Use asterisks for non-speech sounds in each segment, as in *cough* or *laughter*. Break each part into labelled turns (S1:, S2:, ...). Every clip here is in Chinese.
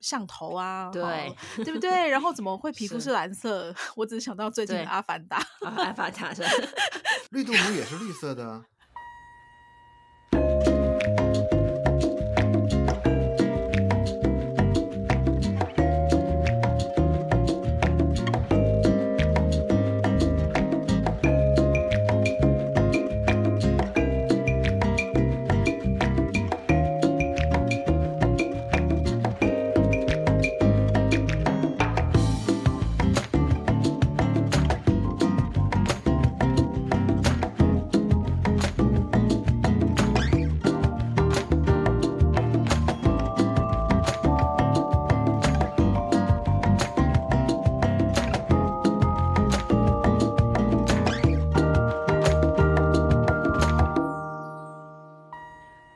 S1: 上头啊，
S2: 对
S1: 哦对不对？然后怎么会皮肤
S2: 是
S1: 是蓝色？ *laughs* 我只是想到最近的
S2: 对
S1: 《阿凡达》 *laughs*
S2: 啊阿凡达是吧
S3: 绿度母也是绿色的啊。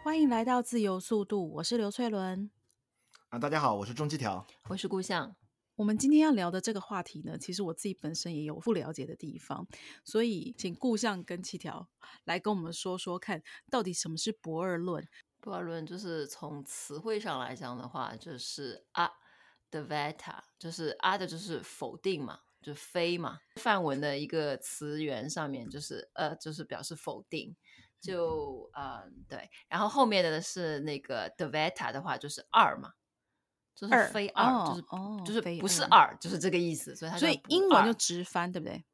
S1: 欢迎来到自由速度，我是刘翠伦。
S3: 啊，大家好，我是中七条。
S2: 我是故乡，
S1: 我们今天要聊的这个话题呢，其实我自己本身也有不了解的地方，所以请顾相跟七条来跟我们说说看，到底什么是不二论？
S2: 不二论就是从词汇上来讲的话，就是啊的 veta，就是啊的就是否定嘛，就是非嘛。范文的一个词源上面就是呃，就是表示否定。就嗯对，然后后面的是那个 the veta 的话就是二嘛，就是
S1: 二
S2: 非二，
S1: 哦
S2: 就是、
S1: 哦
S2: 就是
S1: 非
S2: 不是
S1: 二
S2: 二，就是这个意思。所以它
S1: 所
S2: 叫
S1: 以
S2: 不
S1: 英文就
S2: 二
S1: 直翻，对不对？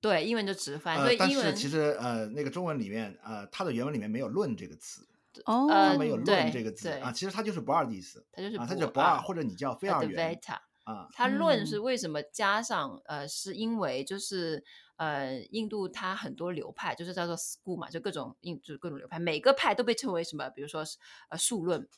S2: 对英文就直翻，所
S3: 呃，
S2: 以
S3: 但
S2: 英
S3: 是
S2: 文
S3: 其实呃，那个中文里面呃，它的原文里面没有“论”这个词，
S1: 哦，
S2: 呃
S3: 它没有“论
S2: 对”
S3: 这个字
S2: 对
S3: 啊，其实它就是不二的意思
S2: 它就是
S3: 啊，它就是
S2: 不
S3: 不二或者你叫非二
S2: the
S3: 元
S2: 呃 veta。
S3: 啊。
S2: 它论是
S1: 嗯
S2: 为什么加上呃，是因为就是呃，印度它很多流派，就是叫做 school 嘛，就各种印就各种流派，每个派都被称为什么，比如说是呃数论。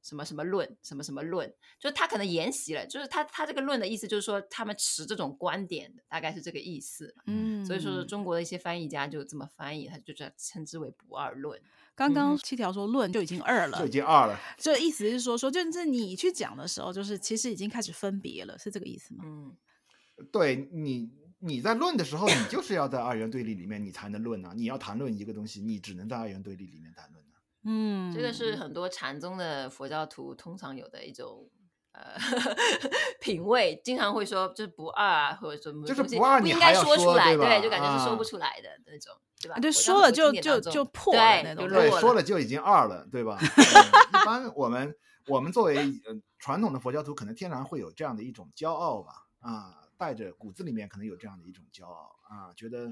S2: 什么什么论，什么什么论，就是他可能沿袭了，就是他他这个论的意思，就是说他们持这种观点的，大概是这个意思。
S1: 嗯
S2: 所以说，中国的一些翻译家就这么翻译，他就叫称之为不二论。
S1: 刚
S2: 嗯
S1: 刚七条说论就已经二了
S3: 这已，经二了，
S1: 就意思是说说，就是你去讲的时候，就是其实已经开始分别了，是这个意思吗？
S2: 嗯，
S3: 对你你在论的时候，你就是要在二元对立里面你才能论呐、你要谈论一个东西，你只能在二元对立里面谈论、啊、
S1: 嗯，
S2: 这个是很多禅宗的佛教徒通常有的一种呃 *laughs* 品味，经常会说就是不二啊，或者什么
S3: 就是
S2: 东西
S3: 不二
S2: 不
S3: 你
S2: 应该
S3: 还要
S2: 说
S3: 说
S2: 出来，
S3: 对吧
S2: 就感觉是说不
S3: 啊
S2: 出来的那种，对吧？
S1: 啊对
S2: 佛教
S1: 说
S2: 很
S1: 了就
S2: 多经典
S1: 就
S2: 当中
S1: 就破了
S2: 对
S1: 那
S2: 就
S1: 种
S3: 对
S2: 落，
S3: 说
S2: 了
S3: 了就已经二了，
S2: *laughs*
S3: 对吧？嗯一般我们我们作为呃传统的佛教徒，可能天然会有这样的一种骄傲吧，啊，带着骨子里面可能有这样的一种骄傲啊，觉得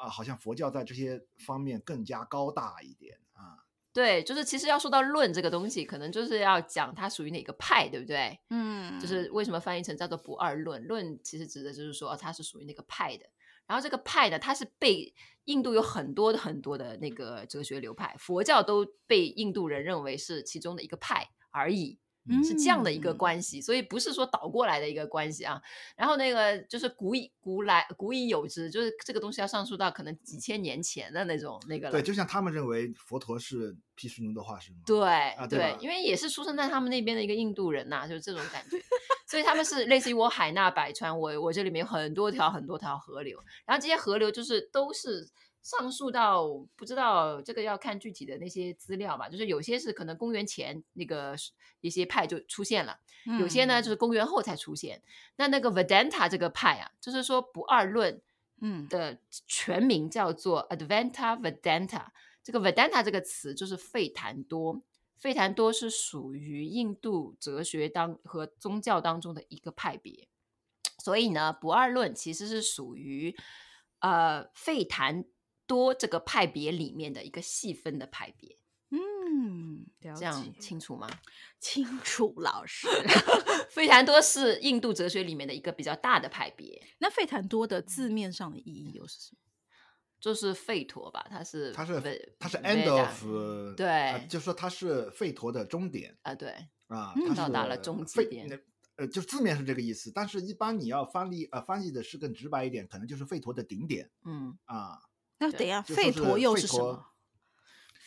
S3: 啊，好像佛教在这些方面更加高大一点啊。
S2: 对，就是其实要说到论这个东西，可能就是要讲它属于哪个派，对不对？
S1: 嗯，
S2: 就是为什么翻译成叫做不二论？论其实指的就是说，哦，它是属于那个派的。然后这个派呢，它是被印度有很多的很多的那个哲学流派，佛教都被印度人认为是其中的一个派而已，是这样的一个
S1: 嗯
S2: 关系。所以不是说倒过来的一个关系啊。然后那个就是古以古来古以有之，就是这个东西要上溯到可能几千年前的那种那个了。
S3: 对，就像他们认为佛陀是毗湿奴的化身嘛。
S2: 对、
S3: 啊对吧
S2: 因为也是出生在他们那边的一个印度人呐、就是这种感觉，所以他们是类似于我海纳百川，我我这里面有很多条很多条河流，然后这些河流就是都是上溯到不知道这个要看具体的那些资料吧，就是有些是可能公元前那个是一些派就出现了，
S1: 嗯
S2: 有些
S3: 嗯
S2: 呢就是公元后才出现。那那个 Vedanta 这个派啊，就是说不二论，
S1: 嗯
S2: 的全名叫做 Advanta Vedanta。这个 Vedanta 这个词就是费檀多，费檀多是属于印度哲学当和宗教当中的一个派别。所以呢，不二论其实是属于呃费檀多这个派别里面的一个细分的派别。
S1: 嗯，了
S2: 这样清楚吗？
S1: 清楚老
S2: *laughs*
S1: 师。
S2: 费檀多是印度哲学里面的一个比较大的派别，
S1: 那费坦多的字面上的意义又是什么？
S2: 就是吠陀吧，它是
S3: 他是
S2: Ve-
S3: 他是 end
S2: Veda
S3: of
S2: 嗯对
S3: 呃就说他是吠陀的终点。
S2: 啊，对，
S3: 啊，
S1: 嗯
S3: 它
S2: 到达
S3: 是
S2: 了终极
S3: 非
S2: 点
S3: 那呃，就字面是这个意思，但是一般你要翻译呃翻译的是更直白一点，可能就是吠陀的顶点
S2: 嗯，
S3: 啊。
S1: 那
S2: 对
S1: 等一下，
S3: 就
S1: 吠
S3: 说
S1: 陀
S3: 是
S1: 又
S3: 吠
S1: 是什
S3: 陀
S1: 么？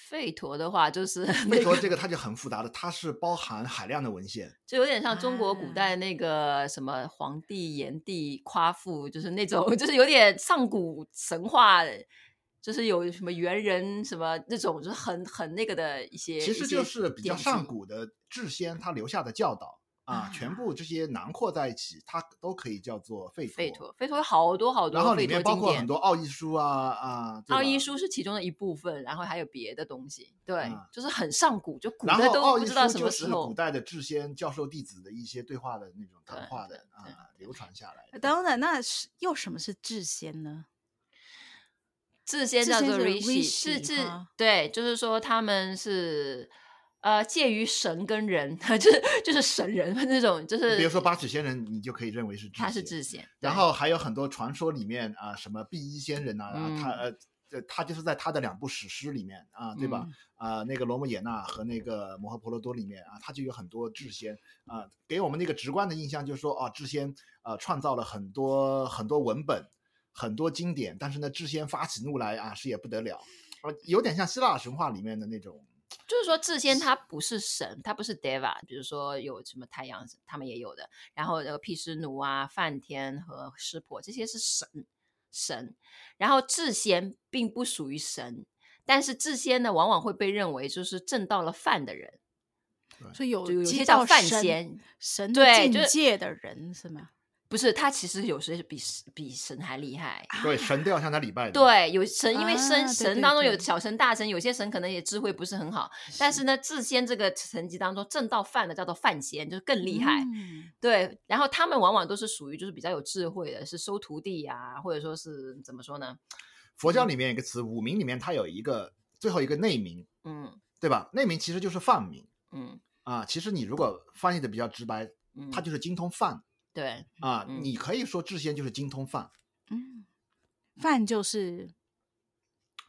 S2: 吠陀的话
S3: *laughs*
S2: 就是
S3: 吠
S2: 那
S3: 陀
S2: 个，
S3: 这个它就很复杂的，它是包含海量的文献。
S2: 就有点像中国古
S1: 啊
S2: 代那个什么皇帝、炎帝、夸父，就是那种， *laughs* 就是有点上古神话，就是有什么猿人什么那种，就是很很那个的一些，
S3: 其
S2: 一
S3: 实
S2: 些
S3: 就是比较
S2: 典
S3: 上
S2: 籍
S3: 古的智仙他留下的教导啊，全部这些囊括在一起，它都可以叫做吠陀。
S2: 吠陀，吠陀有好多好多
S3: 然后
S2: 吠
S3: 里
S2: 陀
S3: 面包
S2: 经
S3: 括很
S2: 典。
S3: 多奥义书啊啊，对
S2: 奥义
S3: 吧
S2: 书是其中的一部分，然后还有别的东西，对，
S3: 嗯
S2: 就是很上古，就古
S3: 然
S2: 代
S3: 后
S2: 都
S3: 奥
S2: 不
S3: 义
S2: 知道
S3: 书
S2: 什么
S3: 就
S2: 时
S3: 是
S2: 候
S3: 古。代的智仙教授弟子的一些对话的那种谈话的
S2: 对对
S3: 啊，流传下来的。
S1: 当然，那是又什么是智仙呢？
S2: 智仙
S1: 智
S2: 叫
S1: 仙
S2: 做
S1: 叫
S2: rishi，
S1: rishi，
S2: 智智
S1: 哈
S2: 对，就是说他们是呃介于神跟人， *laughs* 就是就是神人那种，就是
S3: 比如说八尺仙人，你就可以认为是
S2: 他是
S3: 仙
S2: 智仙，
S3: 然
S2: 对
S3: 后还有很多传说里面啊，什么碧衣仙人呐、啊，
S2: 嗯
S3: 他呃，这他就是在他的两部史诗里面啊，对
S2: 嗯
S3: 吧？啊、那个罗摩衍那和那个摩诃婆罗多里面啊，他就有很多智仙啊，给我们那个直观的印象就是说啊，智仙啊创造了很多很多文本，很多经典，但是呢，智仙发起怒来啊，是也不得了，啊，有点像希腊神话里面的那种
S2: 就是说，智仙他不是神，他不是 deva，比如说有什么太阳神，他们也有的。然后那个毗湿奴啊、梵天和湿婆，这些是神神。然后智仙并不属于神，但是智仙呢，往往会被认为就是正到了梵的人，
S1: 所以有
S2: 就有
S1: 哦接
S2: 些
S1: 到
S2: 叫梵
S1: 神
S2: 仙。
S1: 神的
S2: 对就
S1: 境
S2: 是
S1: 界的人是吗？
S2: 不是，他其实有时比比神还厉害。
S3: 对神都要向他礼
S2: *laughs*
S3: 拜的。
S2: 对，有神，因为神、
S1: 啊对
S2: 神
S1: 对
S2: 当中有
S1: 对
S2: 小神、大神，有些神可能也智慧不是很好，但是呢，智仙这个层级当中，正到梵的叫做梵仙，就是更厉害。
S1: 嗯
S2: 对，然后他们往往都是属于就是比较有智慧的，是收徒弟呀、或者说是怎么说呢？
S3: 佛教里面有一个词，五名里面它有一个最后一个内名，
S2: 嗯
S3: 对吧？内名其实就是梵名。
S2: 嗯
S3: 啊，其实你如果翻译的比较直白，
S2: 嗯，
S3: 它就是精通泛
S2: 对
S3: 啊，
S2: 嗯
S3: 你可以说智仙就是精通泛，
S1: 嗯，饭就是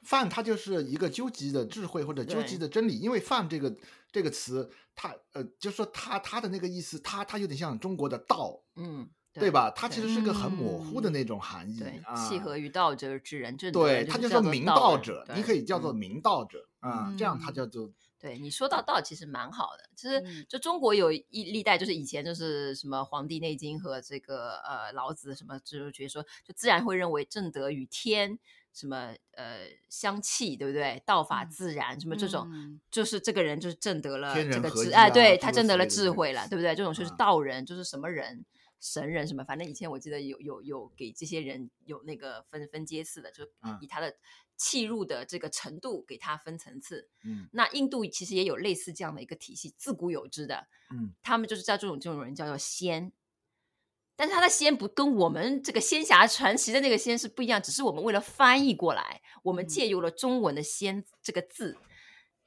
S3: 泛它就是一个究极的智慧或者究极
S2: 对
S3: 的真理，因为泛这个这个词，它呃，就说它它的那个意思，它它有点像中国的道，
S2: 嗯
S3: 对？吧？它其
S2: 对
S3: 实是个很模糊的
S1: 嗯
S3: 那种含义
S2: 对，
S3: 啊，
S2: 契合于道者之人，正德
S3: 对，
S2: 就
S3: 它
S2: 是
S3: 就
S2: 叫
S3: 说
S2: 做
S3: 明
S2: 道
S3: 道
S2: 人
S3: 者，
S2: 对
S3: 你可以叫做
S2: 嗯
S3: 明道者啊，这样它
S1: 嗯
S3: 叫做
S2: 对你说到道，其实蛮好的。其实
S1: 嗯
S2: 就中国有一历代，就是以前就是什么《黄帝内经》和这个呃老子什么，就是觉得说，就自然会认为正德与天什么呃相契，对不对？道法
S1: 嗯
S2: 自然、什么这种，
S1: 嗯
S2: 就是这个人就是正得了
S3: 天
S2: 这
S3: 人
S2: 个
S3: 合
S2: 智
S3: 一
S2: 哎，
S3: 啊
S2: 对
S3: 诸
S2: 他
S3: 如
S2: 正
S3: 此
S2: 得了
S3: 类的
S2: 智
S3: 这
S2: 慧
S3: 种
S2: 了，对不对？这种就是
S3: 啊
S2: 道人，就是什么人。神人什么，反正以前我记得有有有给这些人有那个分分阶次的，就
S3: 嗯
S2: 以他的气入的这个程度给他分层次。
S3: 嗯
S2: 那印度其实也有类似这样的一个体系，自古有之的。
S3: 嗯，
S2: 他们就是叫这种这种人叫做仙，但是他的仙不跟我们这个仙侠传奇的那个仙是不一样，只是我们为了翻译过来，我们
S1: 嗯
S2: 借用了中文的仙这个字，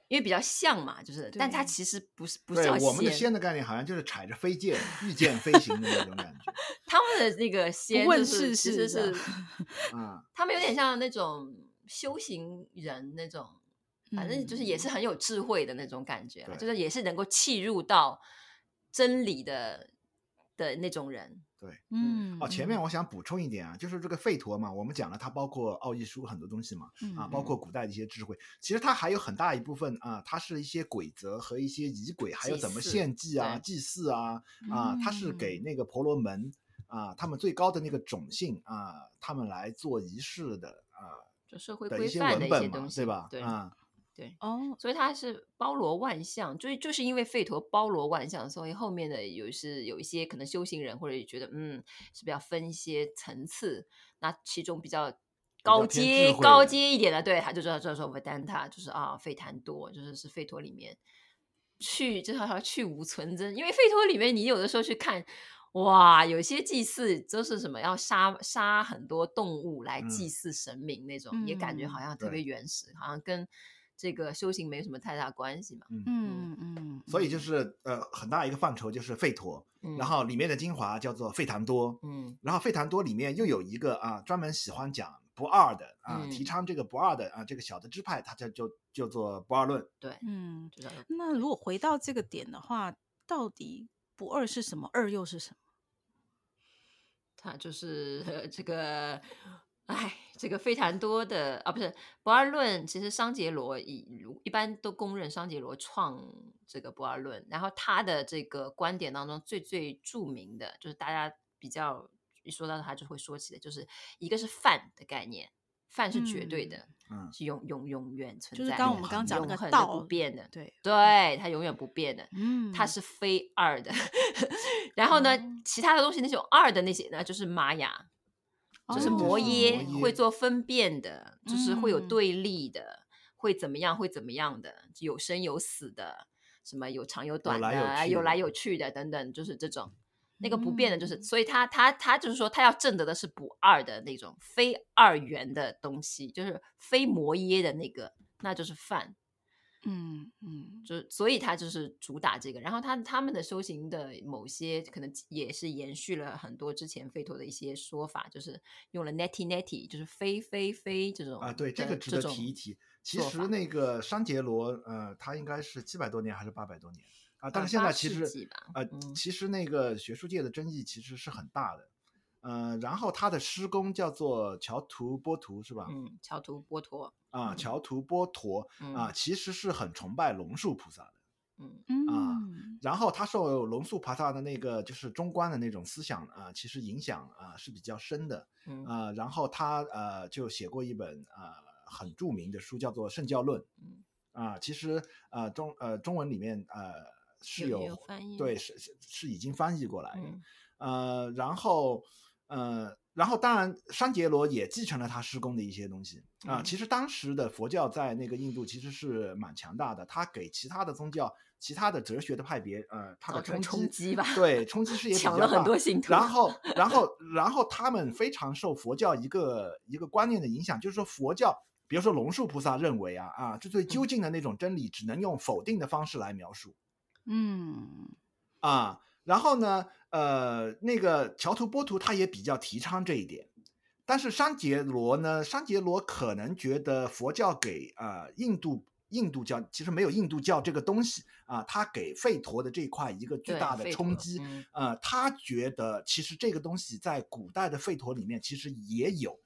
S2: 因为比较像嘛，就是，但它
S1: 对
S2: 其实不是不
S3: 对
S2: 叫
S3: 我们的
S2: 仙，
S3: 仙的概念，好像就是踩着飞剑御剑飞行的那种感
S2: *laughs*
S3: 觉
S2: 他们的那个仙
S1: 问
S2: 就
S1: 世
S2: 是其
S1: 事
S2: 实
S1: 的
S2: 是
S3: 啊。
S2: 他们有点像那种修行人那种，反正就是也是很有智慧的那种感觉啦，
S3: 嗯
S2: 就
S3: 对
S2: 是也是能够契入到真理的的那种人。
S1: 嗯
S3: 哦，前面我想补充一点啊，就是这个吠陀嘛，我们讲了它包括奥义书很多东西嘛，啊，包
S2: 嗯
S3: 括古代的一些智慧，其实它还有很大一部分啊，它是一些规则和一些仪轨，还有
S2: 祭
S3: 怎么
S2: 祀
S3: 献祭啊、
S2: 对嗯
S3: 祭祀啊，啊，它
S1: 嗯
S3: 是给那个婆罗门啊，他们最高的那个种姓啊，他们来做仪式的啊
S2: 就社会
S3: 的
S2: 规
S3: 一些
S2: 范的
S3: 文
S2: 一些
S3: 本
S2: 东
S3: 嘛，
S2: 西，
S3: 对吧？
S2: 对，
S3: 啊，
S1: 哦，
S2: 所以它是包罗万象，就就是因为吠陀包罗万象，所以后面的有是有一些可能修行人或者也觉得嗯，是不是要分一些层次？那其中比较高
S3: 较偏
S2: 阶
S3: 智慧
S2: 高
S3: 的
S2: 阶一点的，对，他就知道叫做 Vedanta，就是啊，吠檀多，就是是吠陀里面去，就好像去无存真，因为吠陀里面你有的时候去看。哇，有些祭祀都是什么要杀杀很多动物来
S3: 嗯
S2: 祭祀神明那种，也感觉好
S1: 嗯
S2: 像特别
S3: 对
S2: 原始，好像跟这个修行没什么太大关系嘛。
S1: 嗯嗯，
S3: 所以就是呃，很大一个范畴就是吠陀，
S2: 嗯，
S3: 然后里面的精华叫做吠檀多，
S2: 嗯
S3: 然后费坦多里面又有一个啊，专门喜欢讲不二的啊，
S2: 嗯
S3: 提倡这个不二的啊，这个小的支派，它叫就叫做不二论。
S1: 嗯，
S2: 知道了
S1: 那如果回到这个点的话，到底不二是什么？二又是什么？
S2: 他就是、 *laughs* 呃这个，哎，这个费檀多的啊，不是不二论，其实商杰罗一一般都公认商杰罗创这个不二论，然后他的这个观点当中最最著名的就是大家比较一说到他就会说起的，就是一个是泛的概念，饭是绝对的，
S3: 嗯
S2: 是永永永远存在
S1: 就是
S2: 的，
S1: 刚
S3: 我们刚讲
S2: 永
S1: 那个
S2: 恒的
S1: 道
S2: 不变的，
S3: 嗯
S1: 对，
S2: 对，它永远不变的。
S1: 嗯，
S2: 它是非二的， *laughs* 然后呢
S1: 哦，
S2: 其他的东西那种二的那些呢，就是玛雅，就是
S1: 嗯
S3: 哦
S2: 摩耶
S3: 摩耶
S2: 会做分辨的，就是会有
S1: 嗯
S2: 对立的，会怎么样，会怎么样的，有生有死的，什么有长有短的，啊
S3: 来有去
S2: 有
S3: 的嗯
S2: 来有去的等等，就是这种。那个不变的，就是，所以他他他就是说，他要挣得的是不二的那种非二元的东西，就是非摩耶的那个，那就是饭。
S1: 嗯嗯
S2: 就是所以他就是主打这个，然后他他们的修行的某些可能也是延续了很多之前费托的一些说法，就是用了 neti neti，就是飞飞飞这种
S3: 啊，对，这
S2: 的
S3: 个值得
S2: 种
S3: 提一提。其
S2: 做
S3: 实
S2: 法
S3: 那个山杰罗，呃，他应该是七百多年还是八百多年啊？但
S2: 呃
S3: 是现
S2: 八
S3: 在其
S2: 世
S3: 实
S2: 纪吧
S3: 呃
S2: 嗯，
S3: 其实那个学术界的争议其实是很大的。呃，然后他的师公叫做乔图波图是吧？
S2: 嗯，乔图波陀，
S3: 啊，
S2: 嗯
S3: 乔图波陀
S2: 嗯
S3: 啊，其实是很崇拜龙树菩萨的。
S2: 嗯
S1: 嗯
S3: 啊然后他受龙树菩萨的那个就是中观的那种思想啊，其实影响啊是比较深的。
S2: 嗯
S3: 啊，然后他呃就写过一本呃很著名的书，叫做《圣教论》。
S2: 嗯
S3: 啊，其实呃中呃中文里面呃是
S2: 有
S3: 有
S2: 也有翻译
S3: 对
S2: 的
S3: 是是是已经翻译过来的。
S2: 嗯
S3: 呃，然后呃，然后当然山杰罗也继承了他师公的一些东西啊、
S2: 嗯
S3: 其实当时的佛教在那个印度其实是蛮强大的，他给其他的宗教、其他的哲学的派别，呃，他的
S2: 造成
S3: 冲
S2: 冲击吧
S3: 对，冲击是也比
S2: 抢
S3: 较
S2: 了很
S3: 大
S2: 多信徒
S3: 然后，然后，然后他们非常受佛教一个一个观念的影响，就是说佛教，比如说龙树菩萨认为啊啊，就最
S2: 嗯
S3: 究竟的那种真理，只能用否定的方式来描述。
S1: 嗯
S3: 啊，然后呢，呃，那个乔图波图他也比较提倡这一点，但是山杰罗呢，山杰罗可能觉得佛教给呃印度印度教其实没有印度教这个东西啊，他给吠陀的这一块一个巨
S2: 对
S3: 大的
S2: 吠
S3: 冲
S2: 陀
S3: 击，
S2: 嗯
S3: 呃，他觉得其实这个东西在古代的吠陀里面其实也有，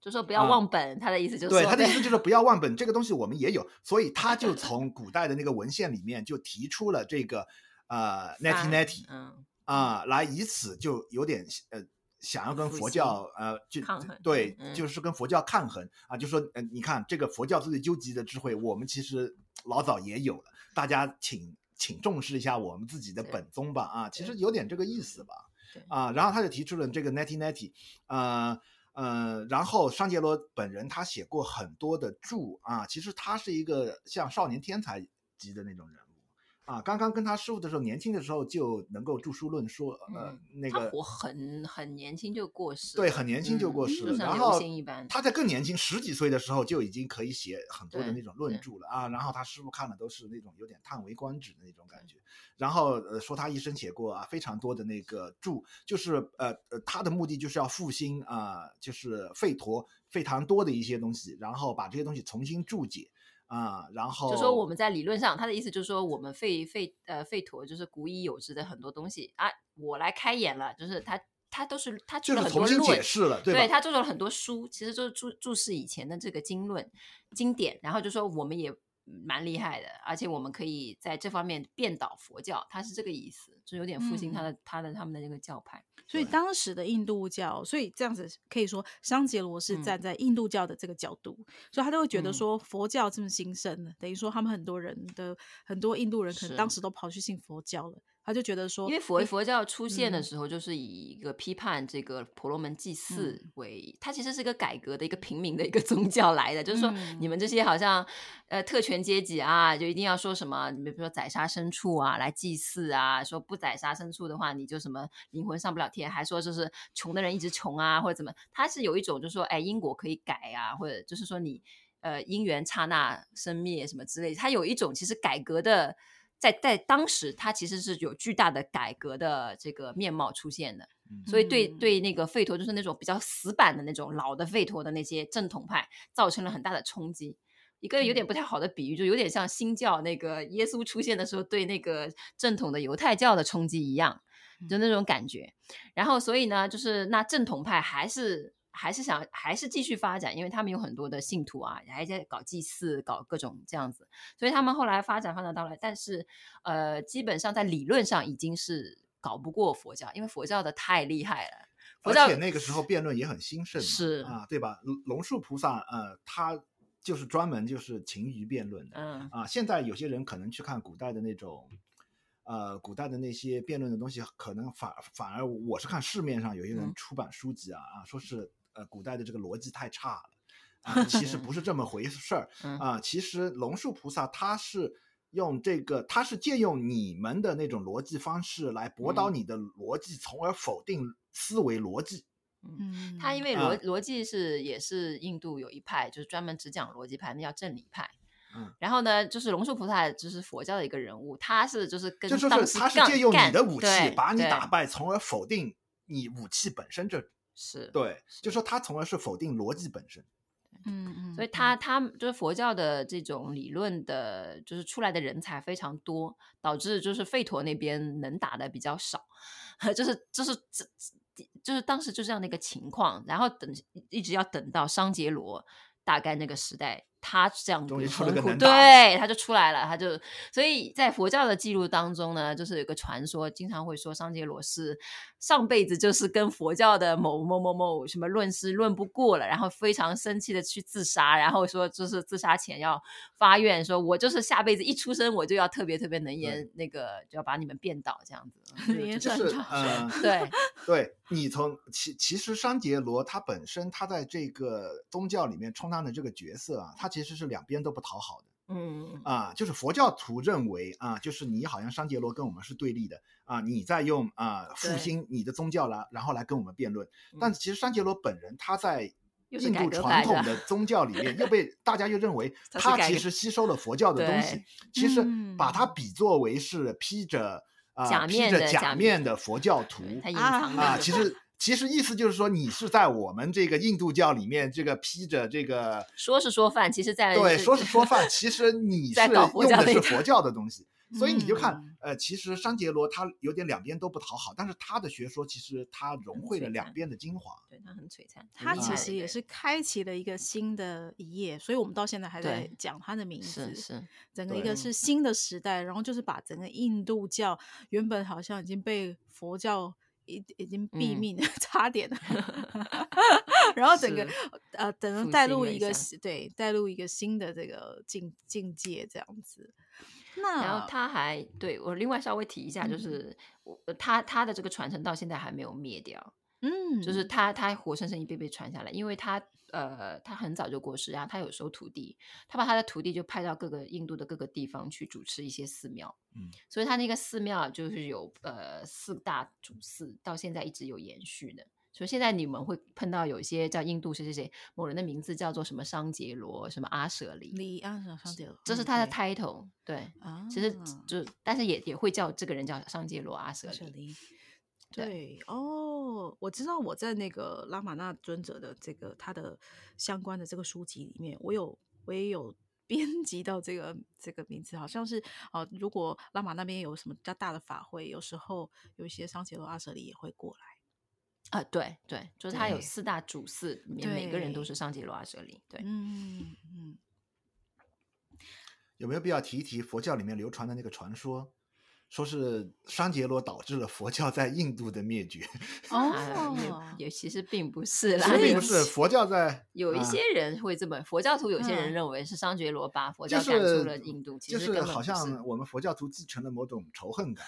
S2: 就说不要
S3: 啊
S2: 忘本，他的意思就是
S3: 对
S2: 说哎
S3: 他的意
S2: *laughs*
S3: 思就是不要忘本，这个东西我们也有，所以他就从古代的那个文献里面就提出了这个呃
S2: *laughs*
S3: neti
S2: 饭
S3: neti。
S2: 嗯
S3: 啊、来以此就有点呃想要跟
S2: 复
S3: 佛
S2: 兴
S3: 教呃就
S2: 抗衡
S3: 对，
S2: 嗯
S3: 就是跟佛教抗衡啊，就说呃你看这个佛教最究极的智慧，我们其实老早也有了，大家请请重视一下我们自己的
S2: 对
S3: 本宗吧啊，其
S2: 对
S3: 实有点这个意思吧
S2: 对
S3: 啊，然后他就提出了这个 neti neti，呃。呃，然后商杰罗本人他写过很多的著啊，其实他是一个像少年天才级的那种人物，啊，刚刚跟他师傅的时候，年轻的时候就能够著书论说，呃
S2: 嗯，
S3: 那
S2: 他
S3: 个
S2: 活很很年轻就过世了，
S3: 对，很年轻就
S2: 嗯
S3: 过世
S2: 就
S3: 了。
S2: 像
S3: 然
S2: 流
S3: 后
S2: 星一般
S3: 他在更年轻十几岁的时候就已经可以写很多的
S2: 对
S3: 那种论
S2: 对
S3: 著了啊。然后他师傅看了都是那种有点叹为观止的那种感
S2: 嗯
S3: 觉。然后呃，说他一生写过啊非常多的那个著，就是呃呃，他的目的就是要复兴啊、就是吠陀、吠唐多的一些东西，然后把这些东西重新注解啊、然后
S2: 就说我们在理论上，他的意思就是说，我们吠吠呃吠陀就是古已有之的很多东西啊，我来开眼了，就是他他都是他出了
S3: 就是
S2: 很多
S3: 重新解
S2: 论，
S3: 释了，
S2: 对
S3: 吧？
S2: 他做了很多书，其实就是注注释以前的这个经论经典，然后就说我们也嗯蛮厉害的，而且我们可以在这方面变倒佛教，他是这个意思，就有点复
S3: 嗯
S2: 兴他的、他的他们的那个教派，
S1: 所以
S3: 对
S1: 当时的印度教，所以这样子可以说，商杰罗是
S2: 嗯
S1: 站在印度教的这个角度，所以他就会觉得
S2: 嗯
S1: 说佛教这么兴盛呢，等于说他们很多人的很多印度人可能当
S2: 是
S1: 时都跑去信佛教了，他就觉得说，
S2: 因为佛佛教出现的
S1: 嗯
S2: 时候，就是以一个批判这个婆罗门祭祀
S1: 嗯
S2: 为，它其实是一个改革的一个平民的一个宗教来的，就是说你
S1: 嗯
S2: 们这些好像呃特权阶级啊，就一定要说什么，你们比如说宰杀牲畜啊来祭祀啊，说不宰杀牲畜的话，你就什么灵魂上不了天，还说就是穷的人一直穷啊，或者怎么，他是有一种就是说哎因果可以改啊，或者就是说你呃因缘刹那生灭什么之类，它有一种其实改革的，在在当时它其实是有巨大的改革的这个面貌出现的，所以对
S1: 嗯
S2: 对那个吠陀就是那种比较死板的那种老的吠陀的那些正统派造成了很大的冲击。一个有点不太好的比喻，就有点像新教那个耶稣出现的时候对那个正统的犹太教的冲击一样，就那种感觉。然后所以呢，就是那正统派还是还是想还是继续发展，因为他们有很多的信徒啊，还在搞祭祀，搞各种这样子，所以他们后来发展发展到来，但是呃，基本上在理论上已经是搞不过佛教，因为佛教的太厉害了。佛
S3: 而
S2: 教
S3: 且那个时候辩论也很兴盛嘛，
S2: 是
S3: 啊，对吧？龙龙树菩萨，呃，他就是专门就是勤于辩论的
S2: 嗯
S3: 啊。现在有些人可能去看古代的那种，呃，古代的那些辩论的东西，可能反反而我是看市面上有些人
S1: 嗯
S3: 出版书籍啊啊，说是呃古代的这个逻辑太差了。啊，
S2: *laughs*
S3: 其实不是这么回事儿
S2: 嗯
S3: 啊！其实龙树菩萨他是用这个，他是借用你们的那种逻辑方式来驳倒
S2: 嗯
S3: 你的逻辑，从而否定思维逻辑。
S1: 嗯，
S2: 他因为
S3: 啊
S2: 逻逻辑是也是印度有一派，就是专门只讲逻辑派，那叫正理派。
S3: 嗯，
S2: 然后呢，就是龙树菩萨就是佛教的一个人物，他是就是跟
S3: 就说
S2: 当
S3: 是
S2: 时
S3: 他是
S2: 杠
S3: 借用你
S2: 干
S3: 的武器
S2: 对
S3: 把你
S2: 对
S3: 打败，从而否定你武器本身这。
S2: 是，
S3: 对，就说他从而是否定逻辑本身。
S1: 嗯嗯，
S2: 所以
S1: 嗯
S2: 他他们就是佛教的这种理论的，就是出来的人才非常多，导致就是吠陀那边能打的比较少， *laughs* 就是就是这。就是当时就这样的一个情况，然后等一直要等到商杰罗大概那个时代，他这样
S3: 终于
S2: 很
S3: 出了个
S2: 苦
S3: 能打的
S2: 对，他就出来了，他就所以在佛教的记录当中呢，就是有个传说，经常会说商杰罗是上辈子就是跟佛教的某某某某什么论师论不过了，然后非常生气的去自杀，然后说就是自杀前要发愿，说我就是下辈子一出生我就要特别特别能言，那个就要把你们变倒这样子。
S1: 能言
S3: 就
S1: 善
S3: 是
S1: 道
S3: 呃，
S2: 对，
S3: 对你从其其实商杰罗他本身他在这个宗教里面充当的这个角色啊，他其实是两边都不讨好的。
S2: 嗯，
S3: 啊，就是佛教徒认为啊，就是你好像商杰罗跟我们是对立的啊，你在用啊复
S2: 对
S3: 兴你的宗教来，然后来跟我们辩论。但
S2: 嗯
S3: 其实商杰罗本人他在
S2: 又是
S3: 印
S2: 改
S3: 度
S2: 革
S3: 传
S2: 派的
S3: 统的宗教里面，
S2: *laughs*
S3: 又被大家又认为
S2: 他是
S3: 他
S2: 改
S3: 其
S2: 革
S3: 实吸收了佛教的东西
S2: 对，
S3: 其实把他
S1: 嗯
S3: 比作为是披着啊
S2: 假
S3: 披
S2: 面
S3: 着
S2: 的
S3: 假
S2: 假
S3: 面
S2: 面
S3: 的佛教徒
S2: 对他隐
S1: 啊
S2: 藏的
S3: 啊，
S2: 那
S3: 其
S2: 种
S3: 实。其实意思就是说，你是在我们这个印度教里面，这个披着这个
S2: 说是说饭，其实在
S3: 对，
S2: 哎是
S3: 说是
S2: *laughs*
S3: 说饭，其实你是
S2: 在搞佛
S3: 用
S2: 教
S3: 的
S2: 那
S3: 是
S2: 种
S3: 佛教的
S2: *laughs*
S3: 东西，所以你就看
S1: 嗯，
S3: 呃，其实商杰罗他有点两边都不讨好，但是他的学说其实他融汇了
S2: 璀
S3: 两
S2: 璨
S3: 边的精华。
S2: 对他很璀
S3: 嗯
S2: 璨，
S1: 他
S2: 很厉
S1: 其
S2: 害的
S1: 实
S2: 一个
S1: 也
S2: 人
S1: 是开启了一个新的一页，所以我们到现在还在
S2: 对
S1: 讲他的名字
S2: 是。是，
S1: 整个
S3: 对
S1: 一个是新的时代，然后就是把整个印度教原本好像已经被佛教已已经毙
S2: 嗯
S1: 命， *laughs* 差点，
S2: *laughs*
S1: 然后整个
S2: 是
S1: 呃，等
S2: 复
S1: 于带
S2: 兴
S1: 入
S2: 了
S1: 一
S2: 一
S1: 个
S2: 下
S1: 新对带入一个新的这个境境界这样子。那
S2: 然
S3: 啊
S2: 后他还对我另外稍微提一下，就
S1: 嗯
S2: 是我他他的这个传承到现在还没有灭掉，
S1: 嗯，
S2: 就是他他活生生一辈辈传下来，因为他呃他很早就过世，然后他有收徒弟，他把他的徒弟就派到各个印度的各个地方去主持一些寺庙，
S3: 嗯，
S2: 所以他那个寺庙就是有呃四大主寺，到现在一直有延续的。所以现在你们会碰到有一些叫印度谁谁谁某人的名字叫做什么商杰罗什么阿舍里，
S1: 李安上上节了，
S2: 这是
S1: 嗯
S2: 他的
S1: 对
S2: title，对，
S1: 啊，
S2: 其实就但是也也会叫这个人叫商杰罗阿舍
S1: 舍
S2: 里，
S1: 林。
S2: 对
S1: 对哦，我知道我在那个拉玛纳尊者的这个他的相关的这个书籍里面，我有我也有 *laughs* 编辑到这个这个名字，好像是哦、呃如果拉玛那边有什么比较大的法会，有时候有一些桑杰罗阿舍里也会过来。
S2: 啊，对对，就是他有
S1: 对
S2: 四大主寺，里面每个人都
S1: 对
S2: 是商杰罗阿舍里，对，
S1: 嗯嗯，
S3: 有没有必要提一提佛教里面流传的那个传说，说是商杰罗导致了佛教在印度的灭绝？
S2: 啊
S1: 嗯哦
S2: 也也其实并不是
S3: 其
S2: 啦，
S3: 实并
S2: 有
S3: 不是
S2: 其
S3: 佛教在
S2: *laughs* 有一
S3: 啊
S2: 些人会这么，佛教徒有些人
S1: 嗯
S2: 认为是商杰罗把佛
S3: 就
S2: 教赶出了
S3: 是
S2: 印度，其
S3: 就
S2: 实根
S3: 是
S2: 本
S3: 好
S2: 不是 *laughs*
S3: 像我们佛教徒继承了某种仇恨感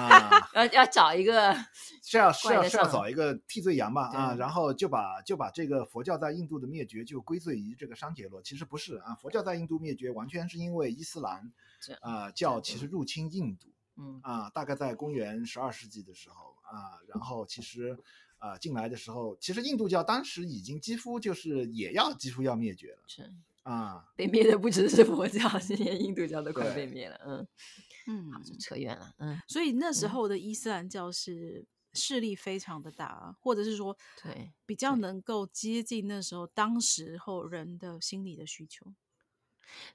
S3: 啊，
S2: 要要找一个
S3: 是要是
S2: 怪
S3: 要
S2: 得
S3: 是要
S2: 上
S3: 找一个替罪羊吧啊，
S2: 对
S3: 然后就把就把这个佛教在印度的灭绝就归罪于这个商杰罗，其实不是啊，佛教在印度灭绝完全是因为伊斯兰
S2: 这
S3: 啊、教其实入侵印度
S2: 嗯
S3: 啊，大概在公元十二世纪的时候啊，然后其实啊进来的时候，其实印度教当时已经几乎就是也要几乎要灭绝了
S2: 是
S3: 啊，
S2: 被灭的不只是佛教，是连印度教都快
S3: 对
S2: 被灭了，嗯，
S1: 嗯
S2: 好，，就扯远了，嗯，
S1: 所以那时
S2: 嗯
S1: 候的伊斯兰教是势力非常的大，或者是说
S2: 对
S1: 比较
S2: 对
S1: 能够接近那时候当时候人的心理的需求。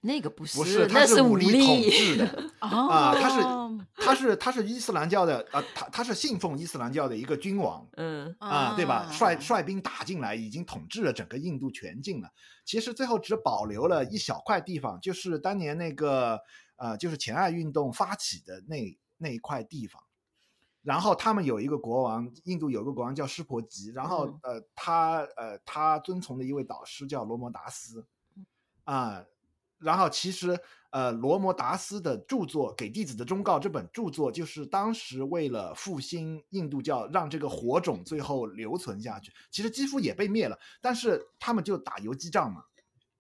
S2: 那个不是，
S3: 不是，它
S2: 那
S3: 是
S2: 武
S3: 力统治的。
S2: *laughs*
S3: 啊，他
S1: 哦
S3: 是他是他是伊斯兰教的啊，他他是信奉伊斯兰教的一个君王，
S2: 嗯，
S3: 啊，对吧？率
S1: 啊
S3: 率兵打进来，已经统治了整个印度全境了。其实最后只保留了一小块地方，就是当年那个呃，就是前爱运动发起的那那一块地方。然后他们有一个国王，印度有个国王叫湿婆吉，然后
S2: 嗯
S3: 呃，他呃他遵从的一位导师叫罗摩达斯，啊、然后其实呃罗摩达斯的著作《给弟子的忠告》这本著作，就是当时为了复兴印度教，让这个火种最后留存下去。其实几乎也被灭了，但是他们就打游击战嘛，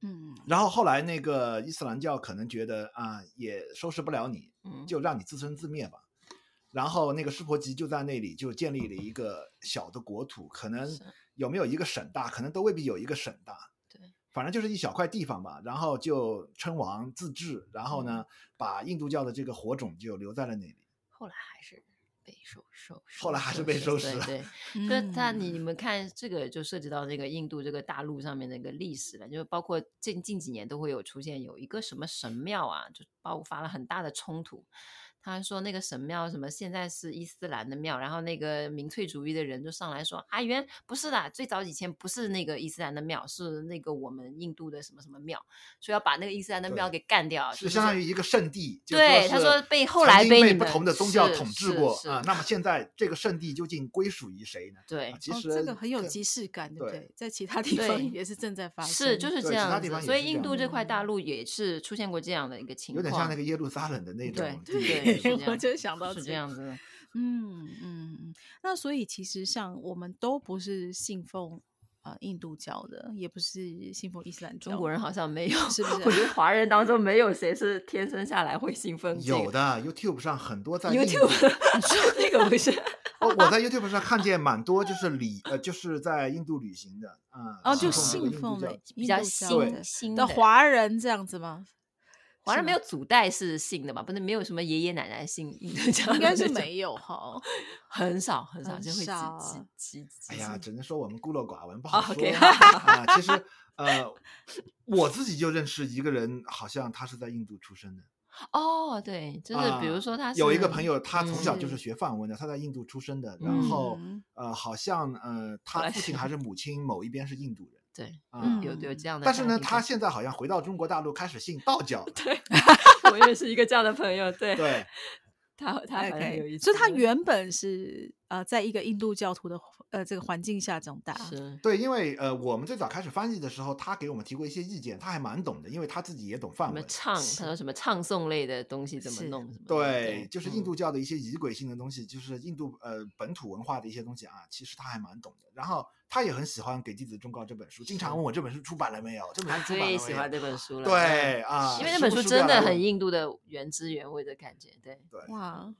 S1: 嗯，
S3: 然后后来那个伊斯兰教可能觉得啊、也收拾不了你，
S2: 嗯
S3: 就让你自生自灭吧。然后那个湿婆吉就在那里就建立了一个小的国土，可能
S2: 是
S3: 有没有一个省大，可能都未必有一个省大。
S2: 对，
S3: 反正就是一小块地方吧。然后就称王自治，然后呢，
S2: 嗯
S3: 把印度教的这个火种就留在了那里。
S2: 后来还是被收收，
S3: 后来还是被收拾了
S2: 对对，所
S3: 嗯
S2: 以他你们看这个就涉及到这个印度这个大陆上面的一个历史了，就是包括近近几年都会有出现有一个什么神庙啊，就爆发了很大的冲突。他说那个神庙什么现在是伊斯兰的庙，然后那个民粹主义的人就上来说啊，原不是的，最早以前不是那个伊斯兰的庙，是那个我们印度的什么什么庙，所以要把那个伊斯兰的
S3: 对
S2: 庙给干掉，
S3: 是
S2: 啊就
S3: 相当
S2: 是
S3: 于一个圣地，就
S2: 对
S3: 是
S2: 他说被后来
S3: 曾
S2: 被
S3: 经
S2: 你
S3: 被不
S2: 们
S3: 同的宗教
S2: 是
S3: 统治
S2: 是
S3: 过
S2: 是
S3: 啊。那么现在这个圣地究竟归属于谁呢？
S2: 对
S3: 啊，其
S1: 哦
S3: 实
S1: 这个很有
S3: 这
S1: 即视感，对不
S3: 对
S1: 对？在其他地方
S2: 对
S1: 也是正在发生，
S2: 是就是
S3: 对
S2: 这
S3: 其他
S2: 样
S3: 地
S2: 子，
S3: 方也
S2: 所
S3: 是
S2: 以
S3: 这
S2: 印
S3: 样
S2: 度
S3: 的嗯
S2: 这块大陆也是出现过这样的一个情
S3: 有
S2: 况，
S3: 点像那个耶路撒冷的那种
S1: *laughs*
S2: 对
S3: 地
S1: 对
S3: 理
S2: 对，
S3: *laughs*
S2: 是这
S1: 我
S2: 样
S1: 就
S2: 子
S1: 想到
S2: 是
S1: 这
S2: 这样子的，
S1: 嗯嗯嗯，那所以其实像我们都不是信奉呃印度教的，也不是信奉伊斯兰教。
S2: 中国人好像没有，
S1: 是不是
S2: 我觉得华人当中没有谁是天生下来会兴奋、这个，
S3: 有的 YouTube 上很多在印度
S2: YouTube，你说 *laughs* 那个
S1: *laughs*
S2: 不是
S3: 哦，我
S2: *laughs*
S3: 在 YouTube 上看见蛮多就是旅呃，就是在印度旅行的啊，
S1: 哦，就
S3: 信
S1: 信
S3: 奉
S1: 奉
S3: 这个
S1: 了
S3: 印度
S2: 比
S1: 印
S2: 较
S1: 度教
S2: 新
S1: 的
S2: 新
S1: 的华人这样子吗？
S2: 华人
S1: 是
S2: 没
S1: 吗
S2: 有祖代是信的吧？不是没有什么爷爷奶奶信印度教的那
S1: *laughs*
S2: 种，
S1: 应该
S2: *laughs*
S1: 是没有哈。
S2: 很少很少
S1: 很
S2: 就会集
S1: 少
S2: 集集集
S3: 哎
S2: 信
S3: 呀，只能说我们孤陋寡闻，不好
S2: 哦
S3: 说。
S2: ，OK *laughs*
S3: 啊，其实呃，我自己就认识一个人，好像他是在印度出生的。
S2: 哦，对，就是比如
S3: 啊
S2: 说他
S3: 有一个
S2: 是
S3: 朋友，他从小就是
S1: 嗯
S3: 学梵文的，他在印度出生的，然后
S1: 嗯
S3: 呃，好像呃，
S2: 后
S3: 他
S2: 来
S3: 父亲
S2: 是
S3: 还是母亲某一边是印度人
S2: 对
S3: 啊。
S1: 嗯
S2: 有有这样的家
S3: 但是
S2: 庭
S3: 呢，
S2: 的，。
S3: 他现在好像回到中国大陆开始信道教了
S2: 对，我也是一个这样的朋友， *laughs* 对
S3: 对，
S2: 他他好像有一
S1: ，OK，
S2: 次，
S1: 所以他原本是呃，在一个印度教徒的呃这个环境下长大。
S2: 是
S3: 对，因为呃，我们最早开始翻译的时候，他给我们提过一些意见，他还蛮懂的，因为他自己也懂
S2: 什
S3: 梵
S2: 么
S3: 文。
S2: 唱，
S1: 是
S2: 他说什么唱诵类的东西怎么
S1: 是
S2: 弄什么的，
S3: 对，就是印
S2: 嗯
S3: 度教的一些仪轨性的东西，就是印度呃本土文化的一些东西啊，其实他还蛮懂的。然后他也很喜欢《给弟子忠告》这本书，经常问我这本书出版了没有，这本
S2: 他
S3: 书出版了没
S2: 啊最喜欢
S3: 有
S2: 这本书了，
S3: 对啊，
S2: 因为那
S3: 时
S2: 本
S3: 不
S2: 书
S3: 时
S2: 真
S3: 要来
S2: 的很
S3: 问。
S2: 印度的原汁原味的感觉，对，
S1: 哇，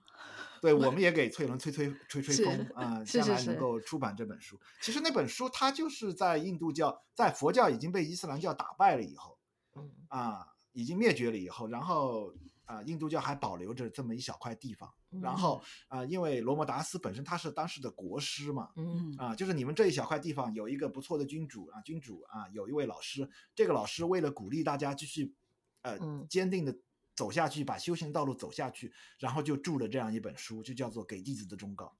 S3: 对，我们也给翠伦吹吹吹吹
S1: 是
S3: 风啊，
S1: 是
S3: 将
S1: 是
S3: 来能
S1: 是
S3: 够出版这本书。其实那本书它就是在印度教，在佛教已经被伊斯兰教打败了以后，
S2: 嗯，
S3: 啊，已经灭绝了以后，然后啊，印度教还保留着这么一小块地方。
S2: 嗯
S3: 然后啊，因为罗摩达斯本身他是当时的国师嘛，
S2: 嗯，
S1: 嗯
S3: 啊，就是你们这一小块地方有一个不错的君主啊，君主啊，有一位老师，这个老师为了鼓励大家继续，呃
S2: 嗯，
S3: 坚定的走下去，把修行道路走下去，然后就著了这样一本书，就叫做《给弟子的忠告》。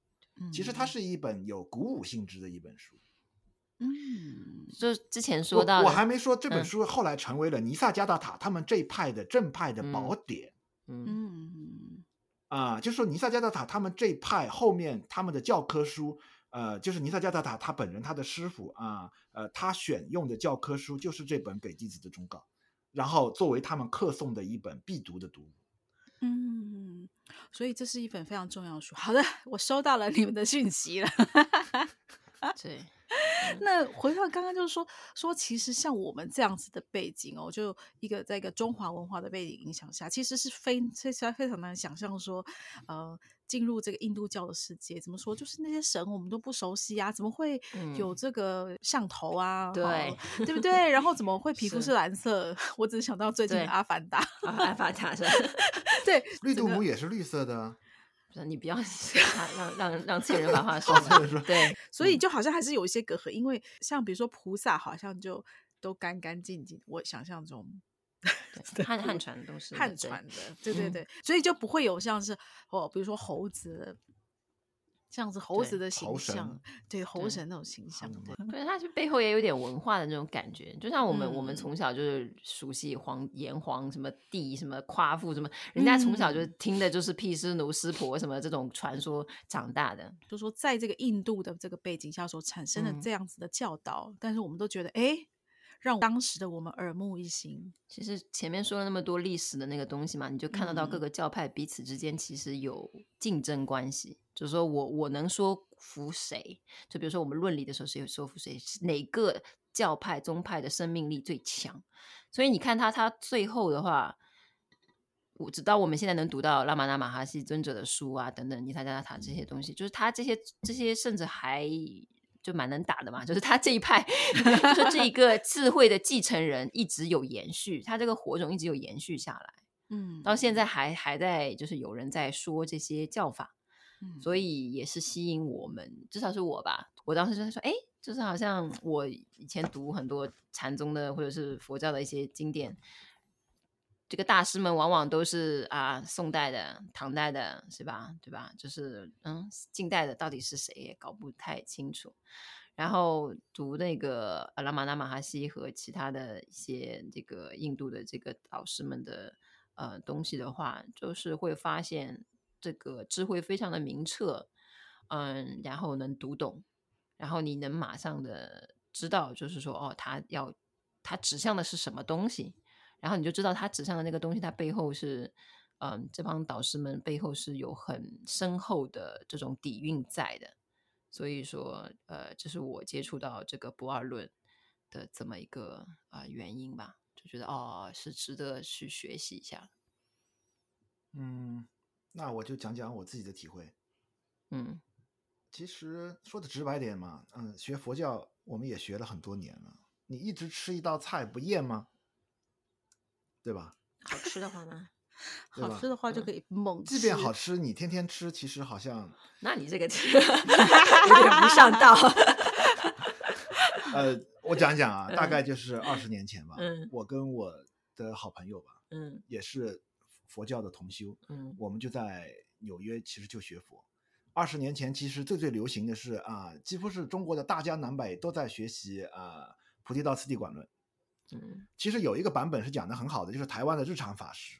S3: 其
S2: 嗯
S3: 实它是一本有鼓舞性质的一本书。
S1: 嗯，
S2: 就是之前说
S3: 我
S2: 到
S3: 我
S2: 的
S3: 还没说这本
S2: 嗯
S3: 书后来成为了尼萨加达塔他们这一派的正派的宝典。
S2: 嗯
S1: 嗯
S3: 啊、就说尼萨加达塔他们这一派后面他们的教科书，呃，就是尼萨加达塔他本人他的师傅啊，呃，他选用的教科书就是这本给弟子的忠告，然后作为他们客送的一本必读的读物。
S1: 嗯，所以这是一本非常重要的书。好的，我收到了你们的讯息了。
S2: 对，
S1: 那回到刚刚，就是说说，其实像我们这样子的背景哦，就一个在一个中华文化的背景影响下，其实是非非常非常难想象说，呃，进入这个印度教的世界，怎么说，就是那些神我们都不熟悉啊，怎么会有这个像头啊？
S2: 嗯对
S1: 好，对不对？然后怎么会皮肤
S2: 是
S1: 是蓝色？ *laughs* 我只想到最近的
S2: 对
S1: 《阿凡达》 *laughs*
S2: 啊阿凡达是吧，
S1: 对，
S3: 绿
S1: 这
S3: 度
S1: 个
S3: 母也是绿色的
S1: *laughs*
S3: 啊，
S2: 不是你不要让让让自己人把话说
S3: 好这个
S2: 完，
S3: 说
S2: 对，
S1: 所以就好像还是有一些隔阂，因为像比如说菩萨，好像就都干干净净。我想象中
S2: 对汉汉传都是的
S1: 汉
S2: 对
S1: 传的，对对
S2: 嗯
S1: 对，所以就不会有像是哦，比如说猴子这样子猴子
S2: 对
S1: 的
S3: 猴
S1: 形
S3: 神
S1: 象，对猴
S2: 对
S1: 神那种形象，对， *laughs*
S2: 对，它是背后也有点文化的那种感觉，就像我们、我们
S1: 嗯
S2: 从小就是熟悉黄炎黄什么地什么夸父什么，人家从小就
S1: 嗯
S2: 听的就是毗湿奴湿婆什么这种传说长大的，
S1: 就说在这个印度的这个背景下所产生的
S2: 嗯
S1: 这样子的教导，但是我们都觉得，哎，让当时的我们耳目一新。
S2: 其实前面说了那么多历史的那个东西嘛，你就看得到各
S1: 嗯
S2: 个教派彼此之间其实有竞争关系，就是说我我能说服谁？就比如说我们论理的时候，谁有说服谁？是哪个教派宗派的生命力最强？所以你看他，他最后的话，我直到我们现在能读到拉玛那马哈希尊者的书啊，等等尼塔加拉塔这些东西，就是他这些这些甚至还就蛮能打的嘛，就是他这一派， *laughs* 就是这一个智慧的继承人一直有延续，他这个火种一直有延续下来，
S1: 嗯，
S2: 到现在还还在就是有人在说这些教法，
S1: 嗯
S2: 所以也是吸引我们，至少是我吧。我当时就是说，哎，就是好像我以前读很多禅宗的或者是佛教的一些经典，这个大师们往往都是啊宋代的、唐代的，是吧？对吧？就是嗯，近代的到底是谁也搞不太清楚。然后读那个阿拉玛那马哈希和其他的一些这个印度的这个老师们的呃东西的话，就是会发现这个智慧非常的明澈，嗯，然后能读懂，然后你能马上的知道，就是说哦，他要他指向的是什么东西，然后你就知道他指向的那个东西，它背后是。嗯，这帮导师们背后是有很深厚的这种底蕴在的，所以说，呃，这是我接触到这个不二论的这么一个啊、呃原因吧，就觉得哦，是值得去学习一下。
S3: 嗯，那我就讲讲我自己的体会。
S2: 嗯
S3: 其实说的直白点嘛，嗯，学佛教我们也学了很多年了，你一直吃一道菜不厌吗？对吧？
S1: 好吃的话呢，
S3: 对
S1: 好
S3: 吧
S1: 吃的话就
S2: 嗯
S1: 可以猛吃，
S3: 即便好吃，你天天吃，其实好像，
S2: *laughs* 那你这
S1: *laughs*
S2: 个 *laughs* 有点不上道。 *laughs*
S3: 呃，我讲一讲啊，大概就是二十年前吧，
S2: 嗯
S3: 我跟我的好朋友吧，
S2: 嗯
S3: 也是佛教的同修，
S2: 嗯
S3: 我们就在纽约其实就学佛。二十年前，其实最最流行的是啊，几乎是中国的大江南北都在学习啊菩提道次第广论。
S2: 嗯
S3: 其实有一个版本是讲的很好的，就是台湾的日常法师，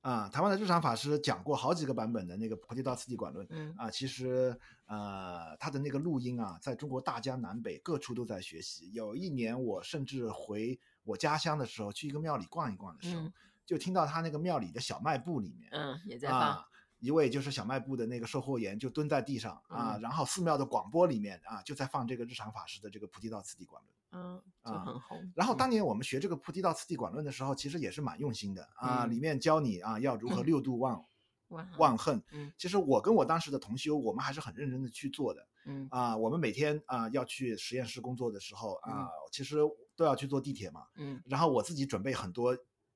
S3: 啊，台湾的日常法师讲过好几个版本的那个《菩提道次第广论》
S2: 嗯
S3: 啊，其实呃，他的那个录音啊，在中国大江南北各处都在学习。有一年，我甚至回我家乡的时候，去一个庙里逛一逛的时候，
S2: 嗯
S3: 就听到他那个庙里的小卖部里面
S2: 嗯，也在发。
S3: 啊，一位就是小卖部的那个售货员就蹲在地上啊，
S2: 嗯
S3: 然后寺庙的广播里面啊，就在放这个日常法师的这个《菩提道次第广论》。
S2: 嗯，就
S3: 啊
S2: 很红。
S3: 然后
S2: 嗯
S3: 当年我们学这个菩提道次第广论的时候，其实也是蛮用心的啊，
S2: 嗯
S3: 里面教你啊要如何六度忘
S2: 哇哈
S3: 忘恨
S2: 嗯。
S3: 其实我跟我当时的同修，我们还是很认真的去做的
S2: 嗯
S3: 啊。我们每天啊要去实验室工作的时候啊，其实都要去坐地铁嘛。
S2: 嗯
S3: 然后我自己准备很多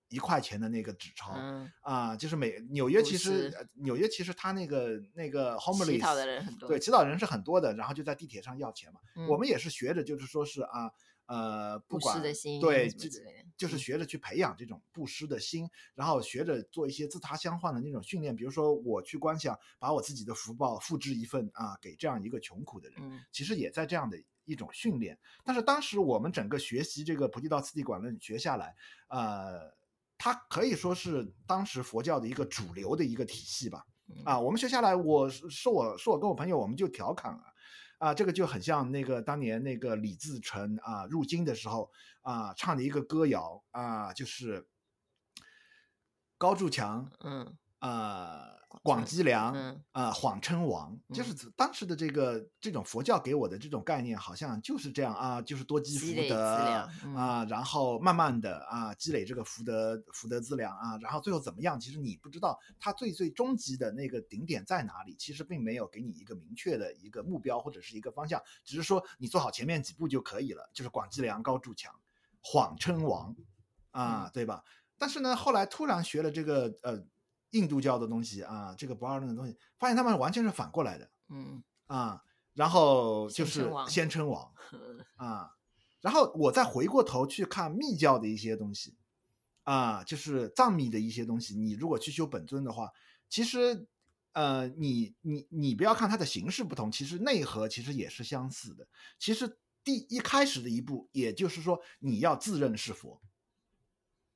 S3: 一块钱的那个纸钞
S2: 嗯，
S3: 啊，就是每纽约
S2: 吐
S3: 其实
S2: 司
S3: 呃纽约其实他那个那个 homeless
S2: 乞讨的人很多。
S3: 对，，祈祷人是很多的，然后就在地铁上要钱嘛。我
S2: 嗯
S3: 们也是学着，就是说是啊，呃，不
S2: 布施
S3: 管
S2: 的心
S3: 对，
S2: 什么
S3: 就
S2: 之类的
S3: 就是
S2: 嗯
S3: 学着去培养这种布施的心，然后学着做一些自他相换的那种训练。比如说，我去观想，把我自己的福报复制一份啊，给这样一个穷苦的人，
S2: 嗯
S3: 其实也在这样的一种训练。但是当时我们整个学习这个菩提道次第广论学下来，呃，它可以说是当时佛教的一个主流的一个体系吧。
S2: 嗯
S3: 啊，我们学下来，我是是我是我跟我朋友，我们就调侃啊，啊，这个就很像那个当年那个李自成啊入京的时候啊唱的一个歌谣啊，就是高筑墙
S2: 嗯
S3: 啊、
S2: 广
S3: 广
S2: 城
S3: 积粮啊、
S2: 嗯
S3: 谎称王，就是当时的这个这种佛教给我的这种概念，好像就是这样啊，就是多积
S2: 积
S3: 福
S2: 累资
S3: 德
S2: 粮嗯
S3: 啊，然后慢慢的啊积累这个福德福德资粮啊，然后最后怎么样，其实你不知道它最最终极的那个顶点在哪里，其实并没有给你一个明确的一个目标或者是一个方向，只是说你做好前面几步就可以了，就是广积粮，高筑墙，谎称王啊，对吧？但是呢，后来突然学了这个呃印度教的东西啊，这个不二论的东西，发现他们完全是反过来的
S2: 嗯
S3: 啊，然后就
S2: 先称
S3: 是
S2: 王
S3: 先称
S2: *laughs*
S3: 王。啊，然后我再回过头去看密教的一些东西，啊，就是藏密的一些东西，你如果去修本尊的话，其实呃，你你你不要看它的形式不同，其实内核其实也是相似的。其实第一开始的一步，也就是说你要自认是佛，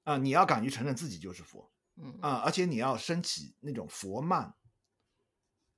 S3: 啊、你要敢于承认自己就是佛
S2: 嗯，
S3: 啊、而且你要升起那种佛慢，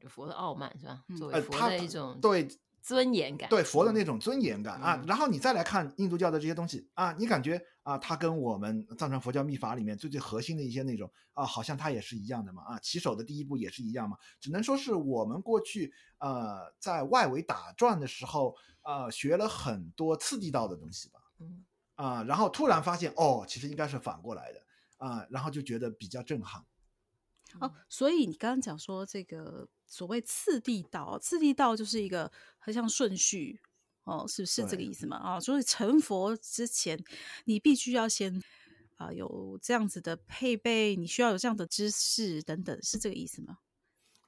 S2: 有佛的傲慢是吧？
S1: 嗯
S2: 作为
S3: 呃，
S2: 佛
S3: 他
S2: 的一种
S3: 对
S2: 尊严感，
S3: 对佛的
S2: 嗯
S3: 那种尊严感啊
S2: 嗯。
S3: 然后你再来看印度教的这些东西啊，你感觉啊，它跟我们藏传佛教密法里面最最核心的一些那种啊，好像它也是一样的嘛啊，起手的第一步也是一样嘛。只能说是我们过去呃在外围打转的时候呃学了很多刺激到的东西吧
S2: 嗯
S3: 啊、然后突然发现哦，其实应该是反过来的啊、然后就觉得比较震撼。
S1: 哦，所以你刚刚讲说这个所谓次第道，次第道就是一个很像顺序哦，是不是这个
S3: 对
S1: 意思嘛？啊、就是成佛之前，你必须要先啊、有这样子的配备，你需要有这样的知识等等，是这个意思吗？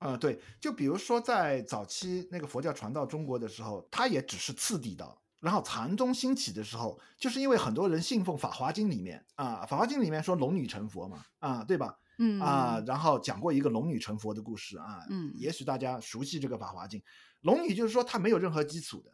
S3: 呃，对，就比如说在早期那个佛教传到中国的时候，它也只是次第道。然后禅宗兴起的时候，就是因为很多人信奉《法华经》里面啊，法华经》里面说龙女成佛嘛，啊，对吧？
S1: 嗯
S3: 啊，然后讲过一个龙女成佛的故事啊，
S1: 嗯
S3: 也许大家熟悉这个《法华经》，龙女就是说她没有任何基础的，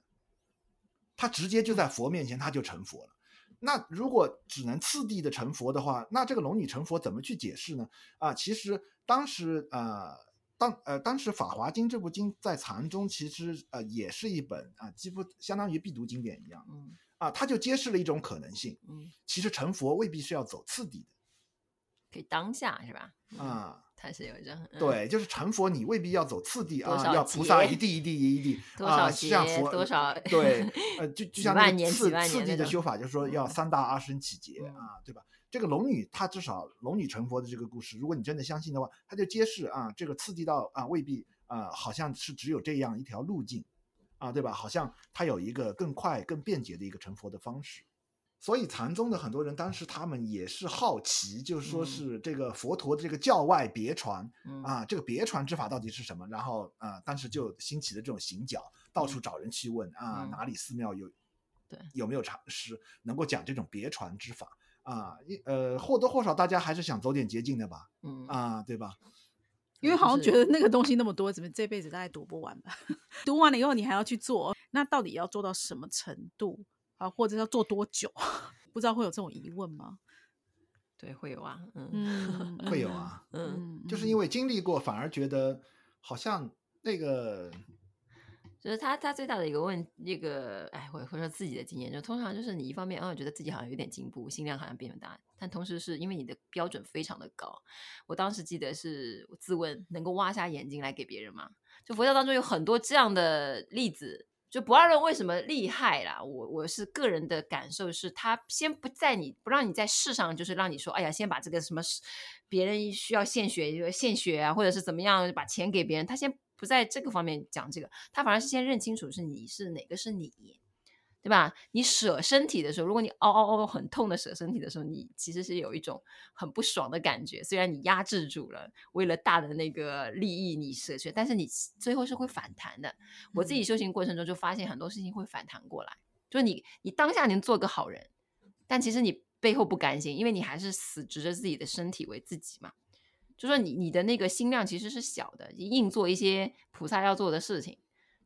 S3: 她直接就在
S1: 嗯
S3: 佛面前她就成佛了。那如果只能次第的成佛的话，那这个龙女成佛怎么去解释呢？啊，其实当时呃，当呃当时《法华经》这部经在禅宗其实呃也是一本啊、几乎相当于必读经典一样
S2: 嗯
S3: 啊，它就揭示了一种可能性，
S2: 嗯，
S3: 其实成佛未必是要走次第
S2: 给当下是吧？
S1: 嗯
S3: 的，啊。
S2: 它是有一种，
S3: 对，就是成佛，你未必要走次第
S2: 嗯多
S3: 啊，
S2: 少
S3: 要菩萨
S2: 劫
S3: 一地一地一地
S2: 多少
S3: 啊，像
S2: 劫
S3: 佛
S2: 多少 *laughs*
S3: 对，呃，就就
S2: 几
S3: 像那
S2: 万
S3: 个
S2: 年
S3: 次
S2: 几万
S3: 次
S2: 年
S3: 第
S2: 那
S3: 的
S2: 种
S3: 修法，就是说要三大阿僧祇劫
S2: 嗯
S3: 啊，对吧？这个龙女她至少龙女成佛的这个故事，如果你真的相信的话，她就揭示啊，这个次第到啊未必啊，好像是只有这样一条路径啊，对吧？好像它有一个更快、更便捷的一个成佛的方式。所以禅宗的很多人当时他们也是好奇，就是说
S2: 嗯
S3: 是这个佛陀的这个教外别传，
S2: 嗯，
S3: 啊，这个别传之法到底是什么？然后啊、呃当时就兴起了这种行脚，到处找人去问啊，
S2: 嗯
S3: 哪里寺庙有
S2: 对
S3: 有没有禅师能够讲这种别传之法啊？一呃，或多或少大家还是想走点捷径的吧，
S2: 嗯
S3: 啊，对吧？
S1: 因为
S2: 就
S1: 好像觉
S2: 是
S1: 得那个东西那么多，怎么这辈子大概读不完吧？ *laughs* 读完了以后你还要去做，那到底要做到什么程度啊？或者要做多久？ *laughs* 不知道会有这种疑问吗？
S2: 对，会有啊，嗯
S1: *laughs* 嗯，
S3: 会有
S1: 嗯
S3: 啊，
S2: 嗯，
S3: 就是因
S1: 为
S3: 为经历过，反而觉得好像那个
S2: 就是他他最大的一个问一个，哎，我会说自己的经验，就通常就是你一方面哦觉得自己好像有点进步，心量好像变大，但同时是因为你的标准非常的高。我当时记得是我自问能够挖下眼睛来给别人嘛，就佛教当中有很多这样的例子。就不二论为什么厉害啦，我我是个人的感受是，他先不在你不让你在世上，就是让你说，哎呀，先把这个什么事别人需要献血献血啊，或者是怎么样把钱给别人，他先不在这个方面讲这个，他反而是先认清楚是你是哪个是你，对吧？你舍身体的时候，如果你嗷嗷嗷很痛的舍身体的时候，你其实是有一种很不爽的感觉。虽然你压制住了，为了大的那个利益你舍去，但是你最后是会反弹的。我自己修行过程中就发现很多事情会反弹过来，就是你你当下能做个好人，但其实你背后不甘心，因为你还是死执着自己的身体为自己嘛。就说你你的那个心量其实是小的，硬做一些菩萨要做的事情。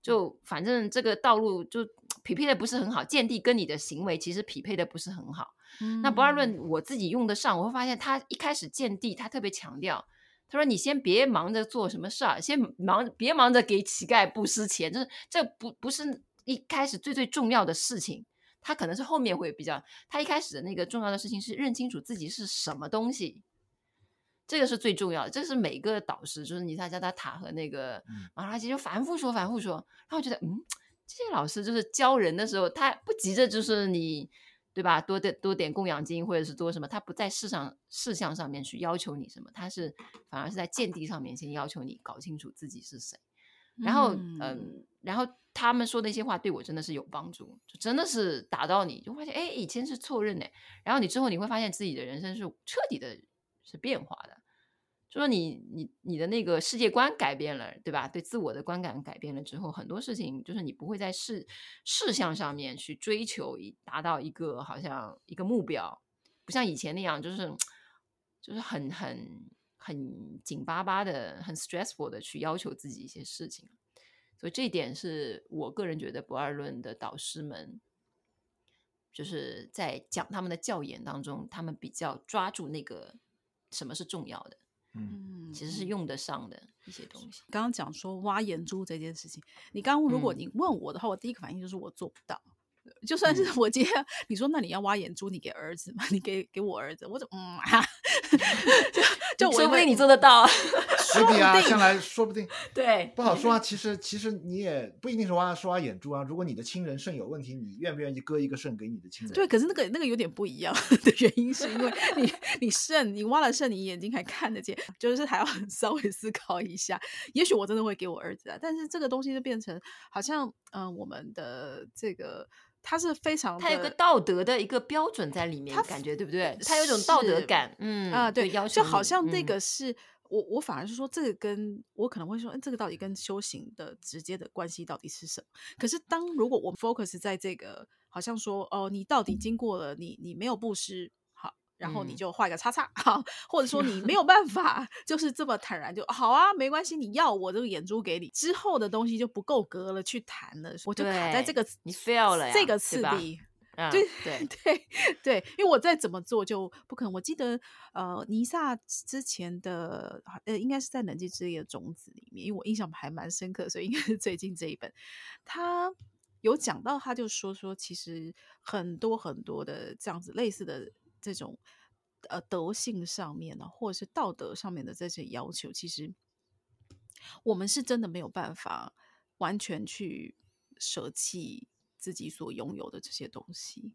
S2: 就反正这个道路就匹配的不是很好，见地跟你的行为其实匹配的不是很好。那不二论我自己用得上，我会发现他一开始见地，他特别强调，他说你先别忙着做什么事儿，先忙别忙着给乞丐布施钱，就是这不不是一开始最最重要的事情，他可能是后面会比较，他一开始的那个重要的事情是认清楚自己是什么东西。这个是最重要的，这是每个导师，就是尼萨加达塔和那个
S3: 嗯
S2: 马拉基，就反复说，反复说，然后我觉得，嗯，这些老师就是教人的时候，他不急着就是你对吧？多点多点供养金，或者是多什么，他不在事上事项上面去要求你什么，他是反而是在见地上面先要求你搞清楚自己是谁。然后，嗯、然后他们说的一些话对我真的是有帮助，就真的是打到你，就发现哎，以前是错认的，然后你之后你会发现自己的人生是彻底的是变化的，就说你你你的那个世界观改变了，对吧？对自我的观感改变了之后，很多事情就是你不会在事事项上面去追求一达到一个好像一个目标，不像以前那样，就是就是很很很紧巴巴的、很 stressful 的去要求自己一些事情。所以这一点是我个人觉得不二论的导师们，就是在讲他们的教研当中，他们比较抓住那个什么是重要的，
S3: 嗯，
S1: 嗯，
S2: 其实是用得上的一些东西。
S1: 刚刚讲说挖眼珠这件事情，你刚刚如果
S2: 嗯
S1: 你问我的话，我第一个反应就是我做不到。就算
S2: 嗯
S1: 是我今天、 *laughs* 你说那你要挖眼珠，你给儿子嘛，你给给我儿子，我就嗯啊， *laughs* 就就我
S2: 嗯说不
S1: 会
S2: 定你做得到， *laughs*
S3: 未必啊，向来说不定
S2: 对
S3: 不好说啊。其实其实你也不一定是挖是挖眼珠啊。如果你的亲人肾有问题，你愿不愿意割一个肾给你的亲人？
S1: 对，可是那个那个有点不一样 *laughs* 的原因，是因为你你肾你挖了肾，你眼睛还看得见，就是还要 *laughs* 稍微思考一下。也许我真的会给我儿子啊，但是这个东西就变成好像嗯、呃我们的这个它是非常
S2: 他有个
S1: 的
S2: 道德的一个标准在里面
S1: 他，
S2: 感觉对不对？他有一种道德
S1: 是
S2: 感，嗯
S1: 啊，
S2: 会
S1: 对，
S2: 要求
S1: 就好
S2: 你
S1: 像那
S2: 嗯
S1: 个是、我，我反而是说这个跟我可能会说，嗯，这个到底跟修行的直接的关系到底是什么？可是当如果我们 focus 在这个，好像说哦，你到底经过了，你你没有布施。好，然后你
S2: 嗯
S1: 就画一个叉叉，好，或者说你
S2: *laughs*
S1: 没有办法，就是这么坦然就好啊，没关系，你要我这个眼珠给你，之后的东西就不够格了，去谈了，我就卡在这
S2: 对
S1: 个
S2: 你 fail 了
S1: 这
S2: 呀
S1: 个
S2: 对
S1: 次
S2: 吧
S1: 第，
S2: 啊
S1: 对
S2: 对
S1: 对对，因为我再怎么做就不可能。我记得呃，尼萨之前的呃，应该是在《冷静之夜》的种子里面，因为我印象还蛮深刻，所以应该是最近这一本，他有讲到，他就说说，其实很多很多的这样子类似的这种呃德性上面呢，或者是道德上面的这些要求，其实我们是真的没有办法完全去舍弃自己所拥有的这些东西。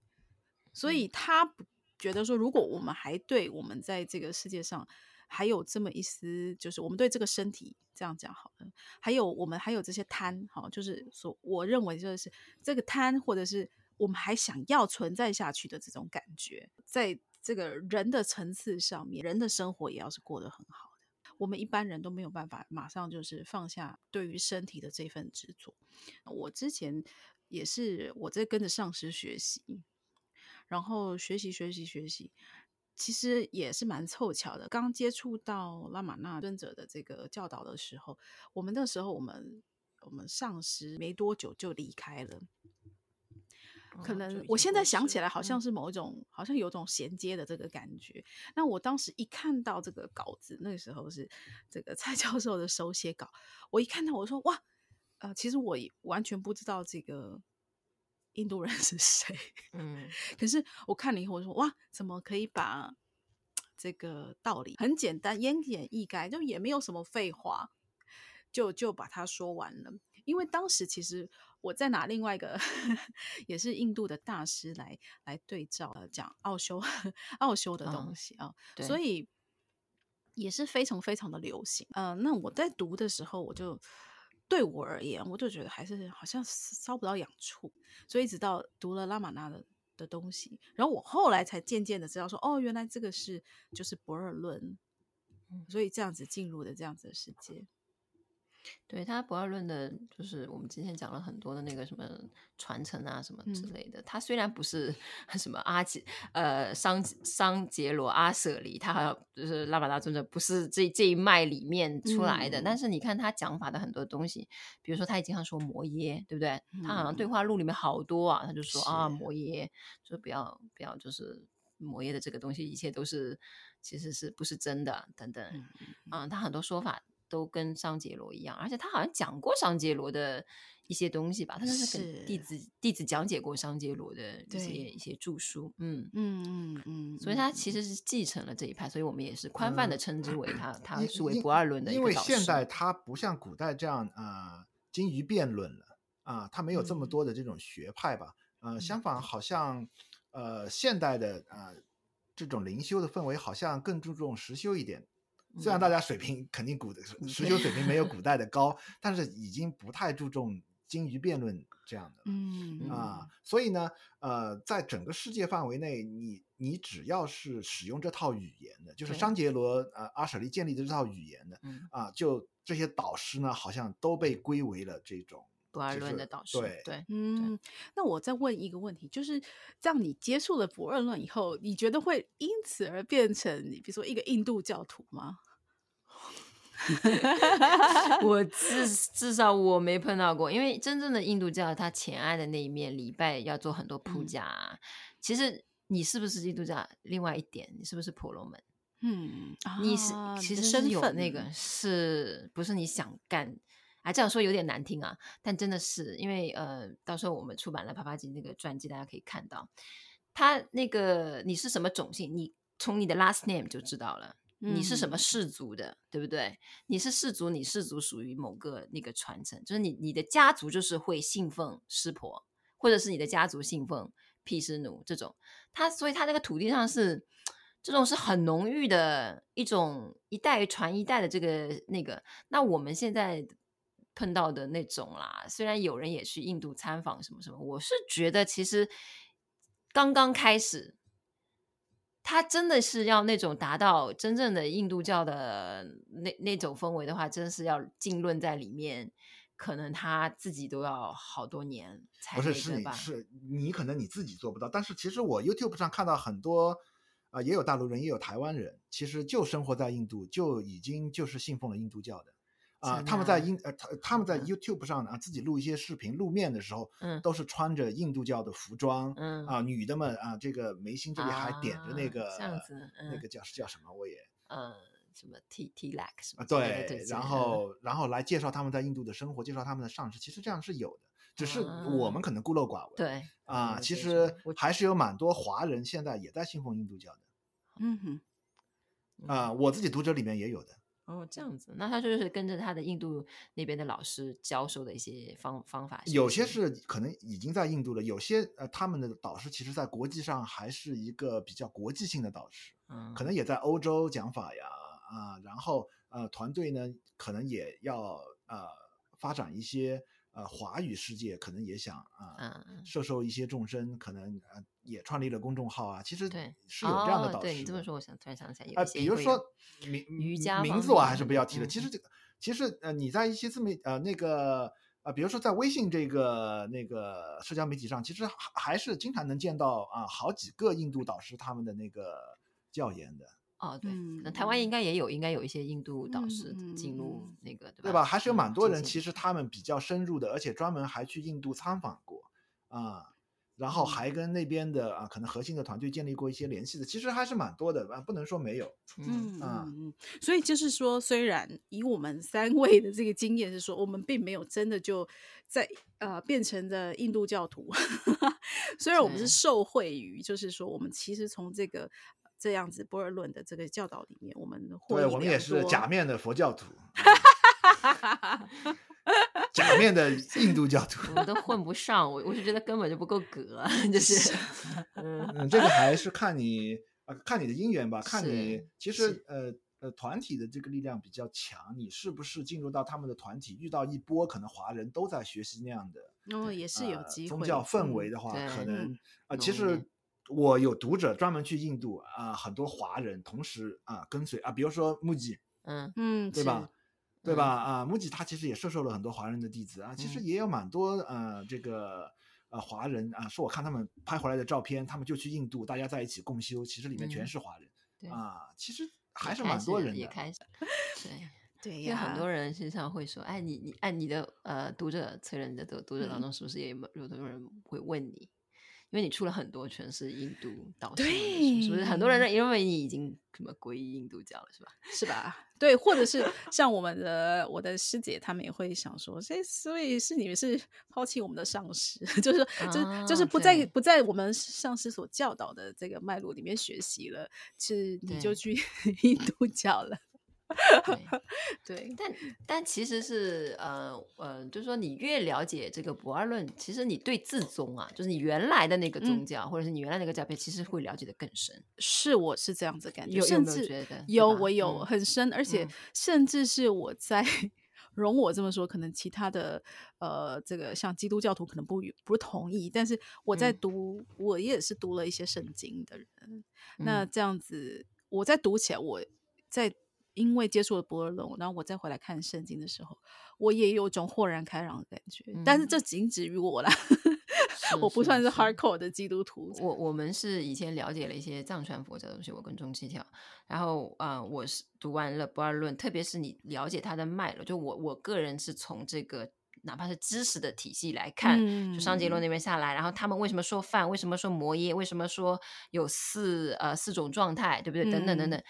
S1: 所以他不觉得说，如果我们还对我们在这个世界上还有这么一丝，就是我们对这个身体这样讲好了，还有我们还有这些贪，好，就是所我认为就是这个贪，或者是我们还想要存在下去的这种感觉，在这个人的层次上面，人的生活也要是过得很好的。我们一般人都没有办法马上就是放下对于身体的这份执着。我之前也是我在跟着上师学习，然后学习学习学习，其实也是蛮凑巧的。刚接触到拉玛那尊者的这个教导的时候，我们那时候我们我们上师没多久就离开了。 *laughs*
S2: 哦嗯
S1: 可能我现在想起来，好像
S2: 是
S1: 是某一种，好像有种衔接的这个感觉。那我当时一看到这个稿子，那时候是这个蔡 *laughs* 教授的手写稿，我一看到我说哇，呃，其实我也完全不知道这个印度人是谁，
S2: 嗯
S1: 可是我看了以后，我说哇，怎么可以把这个道理很简单、言简意赅，就也没有什么废话，就就把它说完了。因为当时其实我在拿另外一个 *laughs* 也是印度的大师来来对照，呃，讲奥修 *laughs* 奥修的东
S2: 嗯
S1: 西啊、
S2: 对
S1: 所以也是非常非常的流行。呃，那我在读的时候，我就对我而言，我就觉得还是好像是搔不到痒处，所以直到读了拉玛那的的东西，然后我后来才渐渐的知道说，哦，原来这个是就是不二论
S2: 嗯，
S1: 所以这样子进入的这样子的世界。
S2: 对他不二论的，就是我们今天讲了很多的那个什么传承啊，什么之
S1: 嗯
S2: 类的。他虽然不是 *laughs* 什么阿杰呃桑桑杰罗阿舍里，他好像就是拉玛达尊者不是这这一脉里面出来
S1: 嗯
S2: 的，但是你看他讲法的很多东西，比如说他也经常说摩耶，对不对？他好像对
S1: 嗯
S2: 话录里面好多啊，他就说啊
S1: 是
S2: 摩耶，就不要不要就是摩耶的这个东西，一切都是其实是不是真的等等。
S1: 嗯
S2: 嗯，他很多说法都跟商杰罗一样，而且他好像讲过商杰罗的一些东西吧，他就是给弟子弟子讲解过商杰罗的一
S1: 对
S2: 些一些著书，嗯，
S1: 嗯嗯嗯，
S2: 所以他其实是继承了这一派，所以我们也是宽泛的称之为他，他
S3: 嗯因
S2: 是为
S3: 因
S2: 不二论的一
S3: 因
S2: 个
S3: 为
S2: 导
S3: 现
S2: 师
S3: 代它不像古代这样啊、呃精于辩论了啊、它没有这么
S1: 嗯
S3: 多的这种学派吧？呃，
S2: 嗯
S3: 相反，好像呃现代的啊、呃这种灵修的氛围好像更注重实修一点。虽
S2: 嗯
S3: 然大家水平肯定古的实修水平没有古代的高，但是已经不太注重精于辩论这样的了。
S1: 嗯
S3: 啊，所以呢，呃，在整个世界范围内，你你只要是使用这套语言的，就是
S2: 对
S3: 商杰罗呃阿舍利建立的这套语言的
S2: 嗯
S3: 啊，就这些导师呢，好像都被归为了这种
S2: 不二
S3: 就
S2: 论
S3: 是
S2: 的导师，
S3: 对
S2: 对，
S1: 嗯，那我再问一个问题，就是让你接触了不二论以后，你觉得会因此而变成，比如说一个印度教徒吗？
S2: 我至至少我没碰到过，因为真正的印度教它前爱的那一面，礼拜要做很多铺
S1: 嗯
S2: 架、啊其实你是不是基督教？另外一点，你是不是婆罗门？
S1: 嗯，
S2: 你是
S1: 啊
S2: 其
S1: 你的
S2: 实是
S1: 身
S2: 有
S1: 份嗯
S2: 那个，是不是你想干？啊，这样说有点难听啊，但真的是因为呃，到时候我们出版了帕帕吉那个传记，大家可以看到，他那个你是什么种姓，你从你的 last name 就知道了。你是什么
S1: 嗯
S2: 氏族的，对不对？你是氏族，你氏族属于某个那个传承，就是你你的家族就是会信奉湿婆，或者是你的家族信奉毗湿奴这种。他所以他那个土地上是这种是很浓郁的一种一代传一代的这个那个。那我们现在碰到的那种啦，虽然有人也去印度参访什么什么，我是觉得其实刚刚开始，他真的是要那种达到真正的印度教的那那种氛围的话，真是要浸润在里面。可能他自己都要好多年才
S3: 不是，
S2: 那
S3: 是
S2: 个
S3: 你
S2: 吧
S3: 是你可能你自己做不到，但是其实我 YouTube 上看到很多，啊、也有大陆人，也有台湾人，其实就生活在印度，就已经就是信奉了印度教的，啊、
S2: 真
S3: 他们在
S2: 的啊
S3: 印呃他他们在
S2: 嗯
S3: YouTube 上啊自己录一些视频露面的时候，
S2: 嗯
S3: 都是穿着印度教的服装，
S2: 嗯
S3: 啊，女的们啊这个眉心这里还点着那
S2: 啊
S3: 个、
S2: 这样子
S3: 那
S2: 嗯
S3: 个叫是叫什么我也
S2: 呃什么 T T l a x
S3: 啊，
S2: 对
S3: 对，然后然后来介绍他们在印度的生活，介绍他们的上司，其实这样是有的，只是我们可能孤陋寡闻。
S2: 嗯对
S3: 啊，
S2: 嗯
S3: 其
S2: 对是
S3: 实
S2: 我
S3: 还是有蛮多华人现在也在信奉印度教的
S1: 嗯哼，
S3: 啊，
S2: 嗯
S3: 我自己读者里面也有的。
S2: 哦这样子，那他就是跟着他的印度那边的老师教授的一些方方法学习，
S3: 有些是可能已经在印度了，有些呃，他们的导师其实在国际上还是一个比较国际性的导师，
S2: 嗯
S3: 可能也在欧洲讲法呀啊，然后呃，团队呢可能也要呃发展一些呃华语世界，可能也想啊、
S2: 嗯
S3: 摄受一些众生，可能呃也创立了公众号啊，其实
S2: 对
S3: 是有这样的
S2: 哦
S3: 导师的。
S2: 对你这么说，我想突然想起来有
S3: 啊，
S2: 一些
S3: 比如
S2: 会
S3: 说
S2: 有
S3: 名
S2: 瑜
S3: 名
S2: 伽
S3: 名
S2: 方
S3: 字我
S2: 面
S3: 还是
S2: 的
S3: 不要提了。
S2: 嗯
S3: 其实这个，其实呃，你在一些自媒呃那个呃，比如说在微信这个那个社交媒体上，其实还还是经常能见到啊、好几个印度导师他们的那个教研的，
S2: 哦对，可能
S1: 嗯
S2: 台湾
S1: 嗯
S2: 应该也有，应该有一些印度导
S1: 嗯
S2: 师
S1: 嗯
S2: 进入
S1: 嗯
S2: 那个对吧？
S3: 对吧？还是有
S2: 嗯
S3: 蛮多
S2: 进
S3: 人
S2: 行
S3: 其实他们比较深入的，而且专门还去印度参访过啊。
S2: 嗯
S3: 然后还跟那边的啊，可能核心的团队建立过一些联系的，其实还是蛮多的啊，不能说没有。
S2: 嗯
S1: 嗯
S3: 啊
S1: 嗯嗯，所以就是说，虽然以我们三位的这个经验是说，我们并没有真的就在呃变成了印度教徒， *laughs* 虽然我们是
S2: 对
S1: 受惠于，就是说我们其实从这个这样子博尔论的这个教导里面，我们获
S3: 对
S1: 益
S3: 我们也
S1: 良
S3: 是
S1: 多
S3: 假面的佛教
S2: *laughs*
S3: 徒，嗯假面的印度教徒。 *laughs*
S2: 我都混不上，我我是觉得根本就不够格， *laughs* 就是嗯
S3: 嗯，这个还是看你呃看你的因缘吧，看
S2: 是
S3: 你其
S2: 是
S3: 实呃呃团体的这个力量比较强，你是不是进入到他们的团体，遇到一波可能华人都在学习那样的
S1: 哦，也是有
S3: 呃
S1: 机会、
S3: 宗教氛围
S1: 嗯
S3: 的话，可
S2: 对
S3: 能啊、其
S2: 浓
S3: 实
S2: 烈
S3: 我有读者专门去印度啊、很多华人同时啊、跟随啊，比如说木吉，
S2: 嗯
S1: 嗯，
S3: 对
S1: 是
S3: 吧？？对
S2: 嗯
S3: 吧？啊，木吉他其实也收受了很多华人的弟子啊，其实
S2: 嗯
S3: 也有蛮多呃这个呃华人啊，是我看他们拍回来的照片，他们就去印度，大家在一起共修，其实里面全
S2: 嗯
S3: 是华人、
S2: 对
S3: 啊，其实
S2: 也
S3: 还是
S2: 开
S3: 蛮多
S2: 始
S3: 人
S2: 也
S3: 的。哎
S2: 开
S3: *laughs*
S2: 始，对，
S1: 对
S2: 因为
S1: 呀、
S2: 很多人身上会说，哎，你你哎，你的呃读者催人的读读者
S1: 嗯
S2: 当中，是不是也有蛮有很多人会问你？因为你出了很多全是印度导师嘛，
S1: 对
S2: 是不是很多人认因为你已经什么皈依印度教了，是吧？
S1: 是吧？ *laughs* 对，或者是像我们的我的师姐，她们也会想说，所以所以是你们是抛弃我们的上师， *laughs* 就是说就是、就是
S2: 啊
S1: 不在
S2: 对
S1: 不在我们上师所教导的这个脉络里面学习了，是你就
S2: 对
S1: 去 *laughs* 印度教了，
S3: *laughs*
S2: 对，
S1: 对，
S2: 但但其实是呃呃，就是说你越了解这个不二论，其实你对自宗啊，就是你原来的那个宗
S1: 嗯
S2: 教，或者是你原来那个教派，其实会了解的更深。
S1: 是我是这样子感觉，
S2: 有有
S1: 甚
S2: 没有
S1: 至
S2: 觉得对
S1: 有
S2: 吧
S1: 我有、
S2: 嗯
S1: 很深，而且
S2: 嗯
S1: 甚至是我在容我这么说，可能其他的呃，这个像基督教徒可能不与不同意，但是我在
S2: 嗯
S1: 读，我也是读了一些圣经的人，
S2: 嗯
S1: 那这样子我在读起来，我在。因为接触了博尔论，然后我再回来看圣经的时候，我也有种豁然开朗的感觉。但是
S2: 嗯
S1: 这仅止于我啦， *laughs* 我不算
S2: 是
S1: 是 hardcore 的基督徒。
S2: 我我们是以前了解了一些藏传佛教的东西，我跟中七跳，然后啊、呃我是读完了不二论，特别是你了解它的脉络，就我我个人是从这个哪怕是知识的体系来看，就商
S1: 嗯
S2: 杰洛那边下来，然后他们为什么说饭，为什么说摩耶，为什么说有四呃四种状态，对不对？等等等等，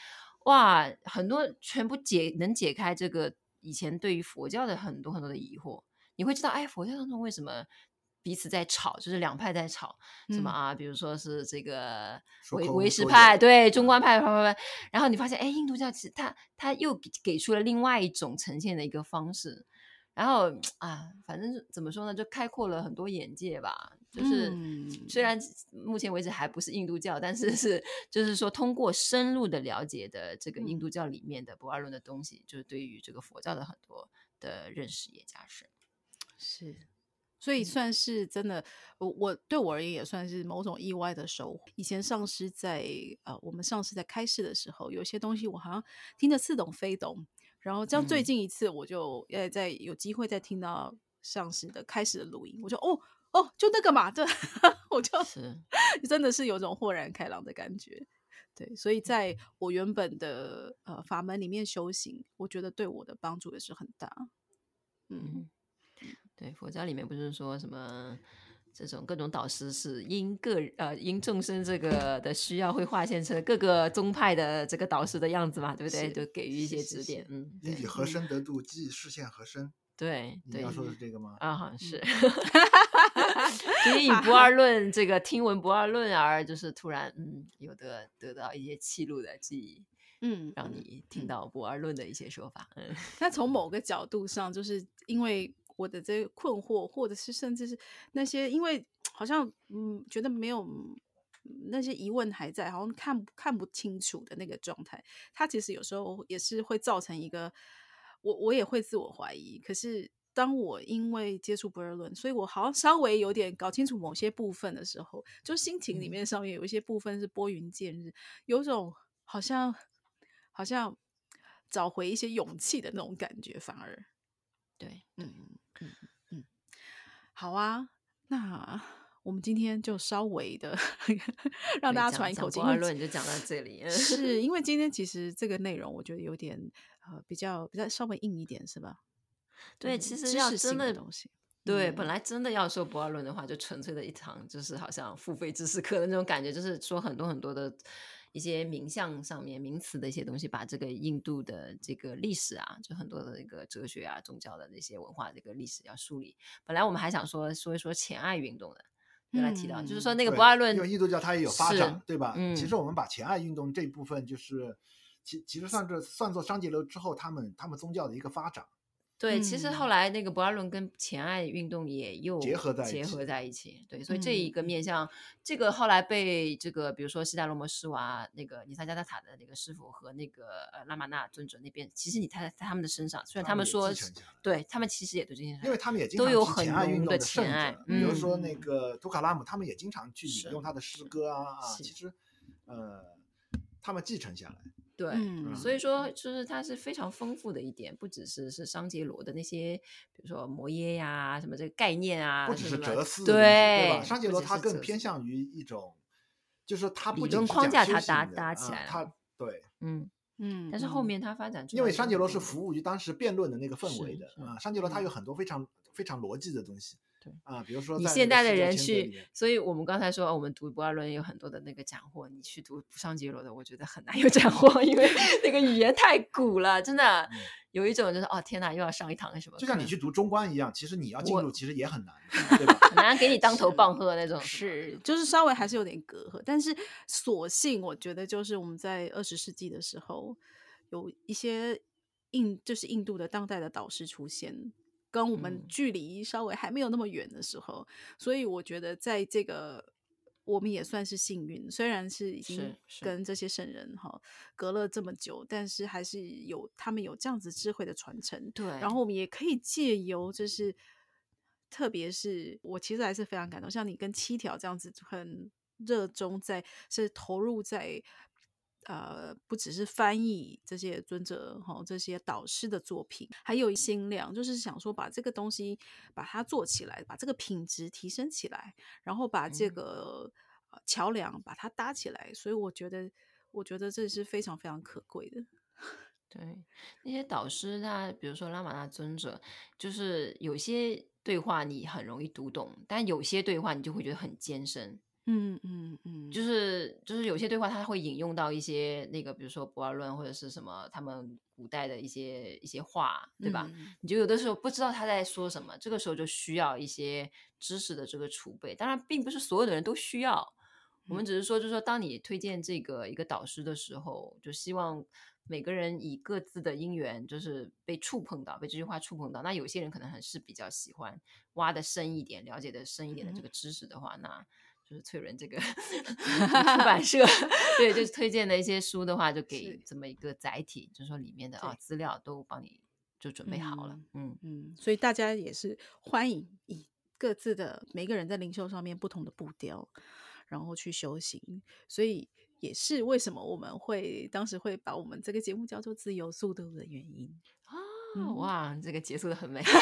S2: 哇，很多全部解能解开这个以前对于佛教的很多很多的疑惑，你会知道，哎，佛教当中为什么？彼此在吵，就是两派在吵，什么
S1: 嗯
S2: 啊，比如说是这个
S3: 说
S2: 唯
S3: 空
S2: 唯识
S3: 说
S2: 派，
S3: 有嗯
S2: 对中观派，啪啪啪，然后你发现，哎，印度教其实它它又给给出了另外一种呈现的一个方式，然后啊，反正是怎么说呢，就开阔了很多眼界吧。就是、虽
S1: 嗯
S2: 然目前为止还不是印度教，但是是就是说通过深入的了解的这个印
S1: 嗯
S2: 度教里面的不二论的东西，就是对于这个佛教的很多的认识也加深。
S1: 是，所
S2: 嗯
S1: 以算是真的，我我对我而言也算是某种意外的收获。以前上师在呃，我们上师在开示的时候，有些东西我好像听得似懂非懂。然后，像最
S2: 嗯，
S1: 近一次，我就呃在有机会再听到上师的开始的录音，我就哦哦，就那个嘛，对， *laughs* 我
S3: 哦
S1: 就是真的是有种豁然开朗的感觉。对，所
S2: 嗯
S1: 以在我原本的呃法门里面修行，我觉得对我的帮助也是很大。嗯，
S2: 嗯，对，佛教里面不是说什么？这种各种导师是因个人呃因众生这个的需要会化现成各个宗派的这个导师的样子嘛，对不对？
S1: 是
S2: 就给予一
S1: 是
S2: 些
S1: 是
S2: 指
S1: 是
S2: 点，嗯，
S3: 因
S2: 对
S3: 以和身得度，即视线和身。
S2: 对
S3: 你
S2: 对
S3: 要说的是这个吗？
S2: 啊，好像是
S1: 嗯，
S2: 就是以不二论这个听闻不二论而就是突然嗯有的得到一些气路的记忆，
S1: 嗯，
S2: 让
S1: 嗯
S2: 你听到不二论的一些说法，嗯
S1: 那从某个角度上，就是因为我的这个困惑，或者是甚至是那些因为好像嗯觉得没有嗯那些疑问还在，好像看不看不清楚的那个状态，它其实有时候也是会造成一个我我也会自我怀疑，可是。当我因为接触不二论，所以我好像稍微有点搞清楚某些部分的时候，就心情里
S2: 嗯
S1: 面上面有一些部分是拨云见日，有种好像好像找回一些勇气的那种感觉，反而
S2: 对，
S1: 嗯嗯嗯，好啊，那我们今天就稍微的 *laughs* 让大
S2: 对
S1: 家
S2: 讲
S1: 喘一口
S2: 讲
S1: 气，
S2: 不
S1: 因为
S2: 二论就讲到这里，
S1: *laughs*
S2: 嗯
S1: 是因为今天其实这个内容我觉得有点呃比较比较稍微硬一点是吧？
S2: 对，
S1: 嗯
S2: 其实
S1: 知
S2: 要
S1: 识
S2: 真
S1: 性的
S2: 的
S1: 东西，
S2: 对，本
S1: 嗯
S2: 来真的要说不二论的话，就纯粹的一堂就是好像付费知识课的那种感觉，就是说很多很多的一些名相上面名词的一些东西，把这个印度的这个历史啊，就很多的那个哲学啊、宗教的那些文化这个历史要梳理。本来我们还想说说一说前爱运动的，原来提到、就是说那个
S3: 嗯对
S2: 不二论
S3: 因为印度教它也有发
S2: 是
S3: 展，对吧？其
S2: 嗯
S3: 实我们把前爱运动这一部分，就是其其实算这算作商界流之后，他们他们宗教的一个发展，
S2: 对，其实后
S1: 嗯
S2: 来那个不二论跟前爱运动也又
S3: 结合在一
S2: 结
S3: 起
S2: 合在一起，对，所以这一
S1: 嗯
S2: 个面向，这个后来被这个比如说悉达罗摩施瓦那个尼萨加达塔的那个师傅和那个呃拉玛纳尊者那边，其实你看在他们的身上，虽然
S3: 他
S2: 他
S3: 们
S2: 们
S3: 也
S2: 说
S3: 继
S2: 是
S3: 承下来
S2: 对他们其实也对这件事，
S3: 因为他们也经
S2: 都
S3: 常
S2: 有
S3: 提前
S2: 很
S3: 爱运
S2: 浓
S3: 动
S2: 的
S3: 的圣
S2: 前爱
S3: 者，比如说那
S1: 嗯
S3: 个图卡拉姆，他们也经常去引
S2: 是
S3: 用他的诗
S2: 是
S3: 歌啊啊，
S2: 是
S3: 其实呃，他们继承下来，
S2: 对，
S1: 嗯，
S2: 所以说，就是它是非常丰富的一点，不只是是商杰罗的那些，比如说摩耶呀、什么这个概念啊，
S3: 不只
S2: 什
S3: 是
S2: 么
S3: 哲思的
S2: 对
S3: 东西，对吧？商
S2: 不
S3: 杰罗
S2: 只
S3: 他
S2: 是
S3: 更
S2: 哲
S3: 偏
S2: 思
S3: 向于一种，就是说他不
S2: 理
S3: 仅
S2: 论
S3: 是
S2: 框架
S3: 讲修
S2: 它
S3: 行
S2: 搭
S3: 的
S2: 搭起
S3: 啊
S2: 来了
S3: 他对。
S2: 嗯，
S1: 嗯，
S2: 但是后
S1: 嗯
S2: 面它发展出来，
S3: 因为商杰罗是服务于当时辩论的那个氛
S2: 是
S3: 围的
S2: 是
S3: 啊，商杰罗他
S2: 嗯
S3: 有很多非常非常逻辑的东西，
S2: 对
S3: 啊，比如说
S2: 你
S3: 在
S2: 现
S3: 那
S2: 代
S3: 个
S2: 的
S3: 十六
S2: 人
S3: 千字里
S2: 去
S3: 面，
S2: 所以我们刚才说，哦我们读不二论有很多的那个斩获，你去读上杰罗的，我觉得很难有斩获，因为那个语言太古了，真的
S3: 嗯
S2: 有一种就是哦天哪，又要上一堂什么课，
S3: 就像你去读中观一样，其实你要进
S2: 我
S3: 入其实也很难的，对
S2: *laughs*
S3: 吧？
S2: 很难给你当头
S1: 是
S2: 棒喝那种，
S1: 是，就是稍微还
S2: 嗯
S1: 是有点隔阂，但是所幸我觉得就是我们在二十世纪的时候，有一些印就是印度的当代的导师出现，跟我们
S2: 嗯
S1: 距离稍微还没有那么远的时候，所以我觉得在这个我们也算是幸运，虽然是已经
S2: 是是
S1: 跟这些圣人哈隔了这么久，但是还是有他们有这样子智慧的传承，
S2: 对，
S1: 然后我们也可以借由就是，特别是我其实还是非常感动，像你跟七条这样子很热衷在，是投入在呃，不只是翻译这些尊者哈、这些导师的作品，还有心量，就是想说把这个东西把它做起来，把这个品质提升起来，然后把这
S2: 嗯
S1: 个、呃桥梁把它搭起来。所以我觉得，我觉得这是非常非常可贵的。
S2: 对，那些导师他，比如说拉玛那尊者，就是有些对话你很容易读懂，但有些对话你就会觉得很艰深。
S1: 嗯嗯嗯，
S2: 就是就是有些对话他会引用到一些那个，比如说博尔论或者是什么他们古代的一些一些话，对吧？
S1: 嗯
S2: 你就有的时候不知道他在说什么，这个时候就需要一些知识的这个储备。当然，并不是所有的人都需要，我
S1: 嗯
S2: 们只是说，就是说，当你推荐这个一个导师的时候，就希望每个人以各自的因缘，就是被触碰到，被这句话触碰到。那有些人可能还是比较喜欢挖的深一点，了解的深一点的
S1: 嗯
S2: 这个知识的话，那。就是翠伦
S1: *laughs*
S2: 这个出版社，对，就是推荐的一些书的话，就给
S1: 是
S2: 这么一个载体，就是说里面的啊
S1: 对
S2: 资料都帮你就准备好了，嗯
S1: 嗯，所以大家也是欢迎以各自的每个人在灵修上面不同的步调，然后去修行。所以也是为什么我们会当时会把我们这个节目叫做“自由速度”的原因。
S2: 啊，
S1: 嗯
S2: 哇，这个结束的很 *laughs* 美，扣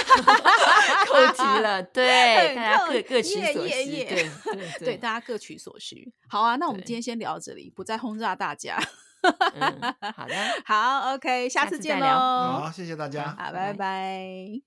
S2: 题了，对，
S1: 很
S2: 大家
S1: 扣
S2: 各各取
S1: 耶
S2: 所需，
S1: 耶
S2: 对
S1: 耶
S2: 对
S1: 对，大家各取所需。好啊，那我们
S2: 对
S1: 今天先聊到这里，不再轰炸大家。 *laughs*
S2: 嗯，好的。
S1: 好，OK，下
S2: 下
S1: 次
S2: 次
S1: 见
S2: 再
S1: 喽。
S2: 聊
S3: 好，谢谢大家。
S1: 好，
S2: 拜
S1: 拜拜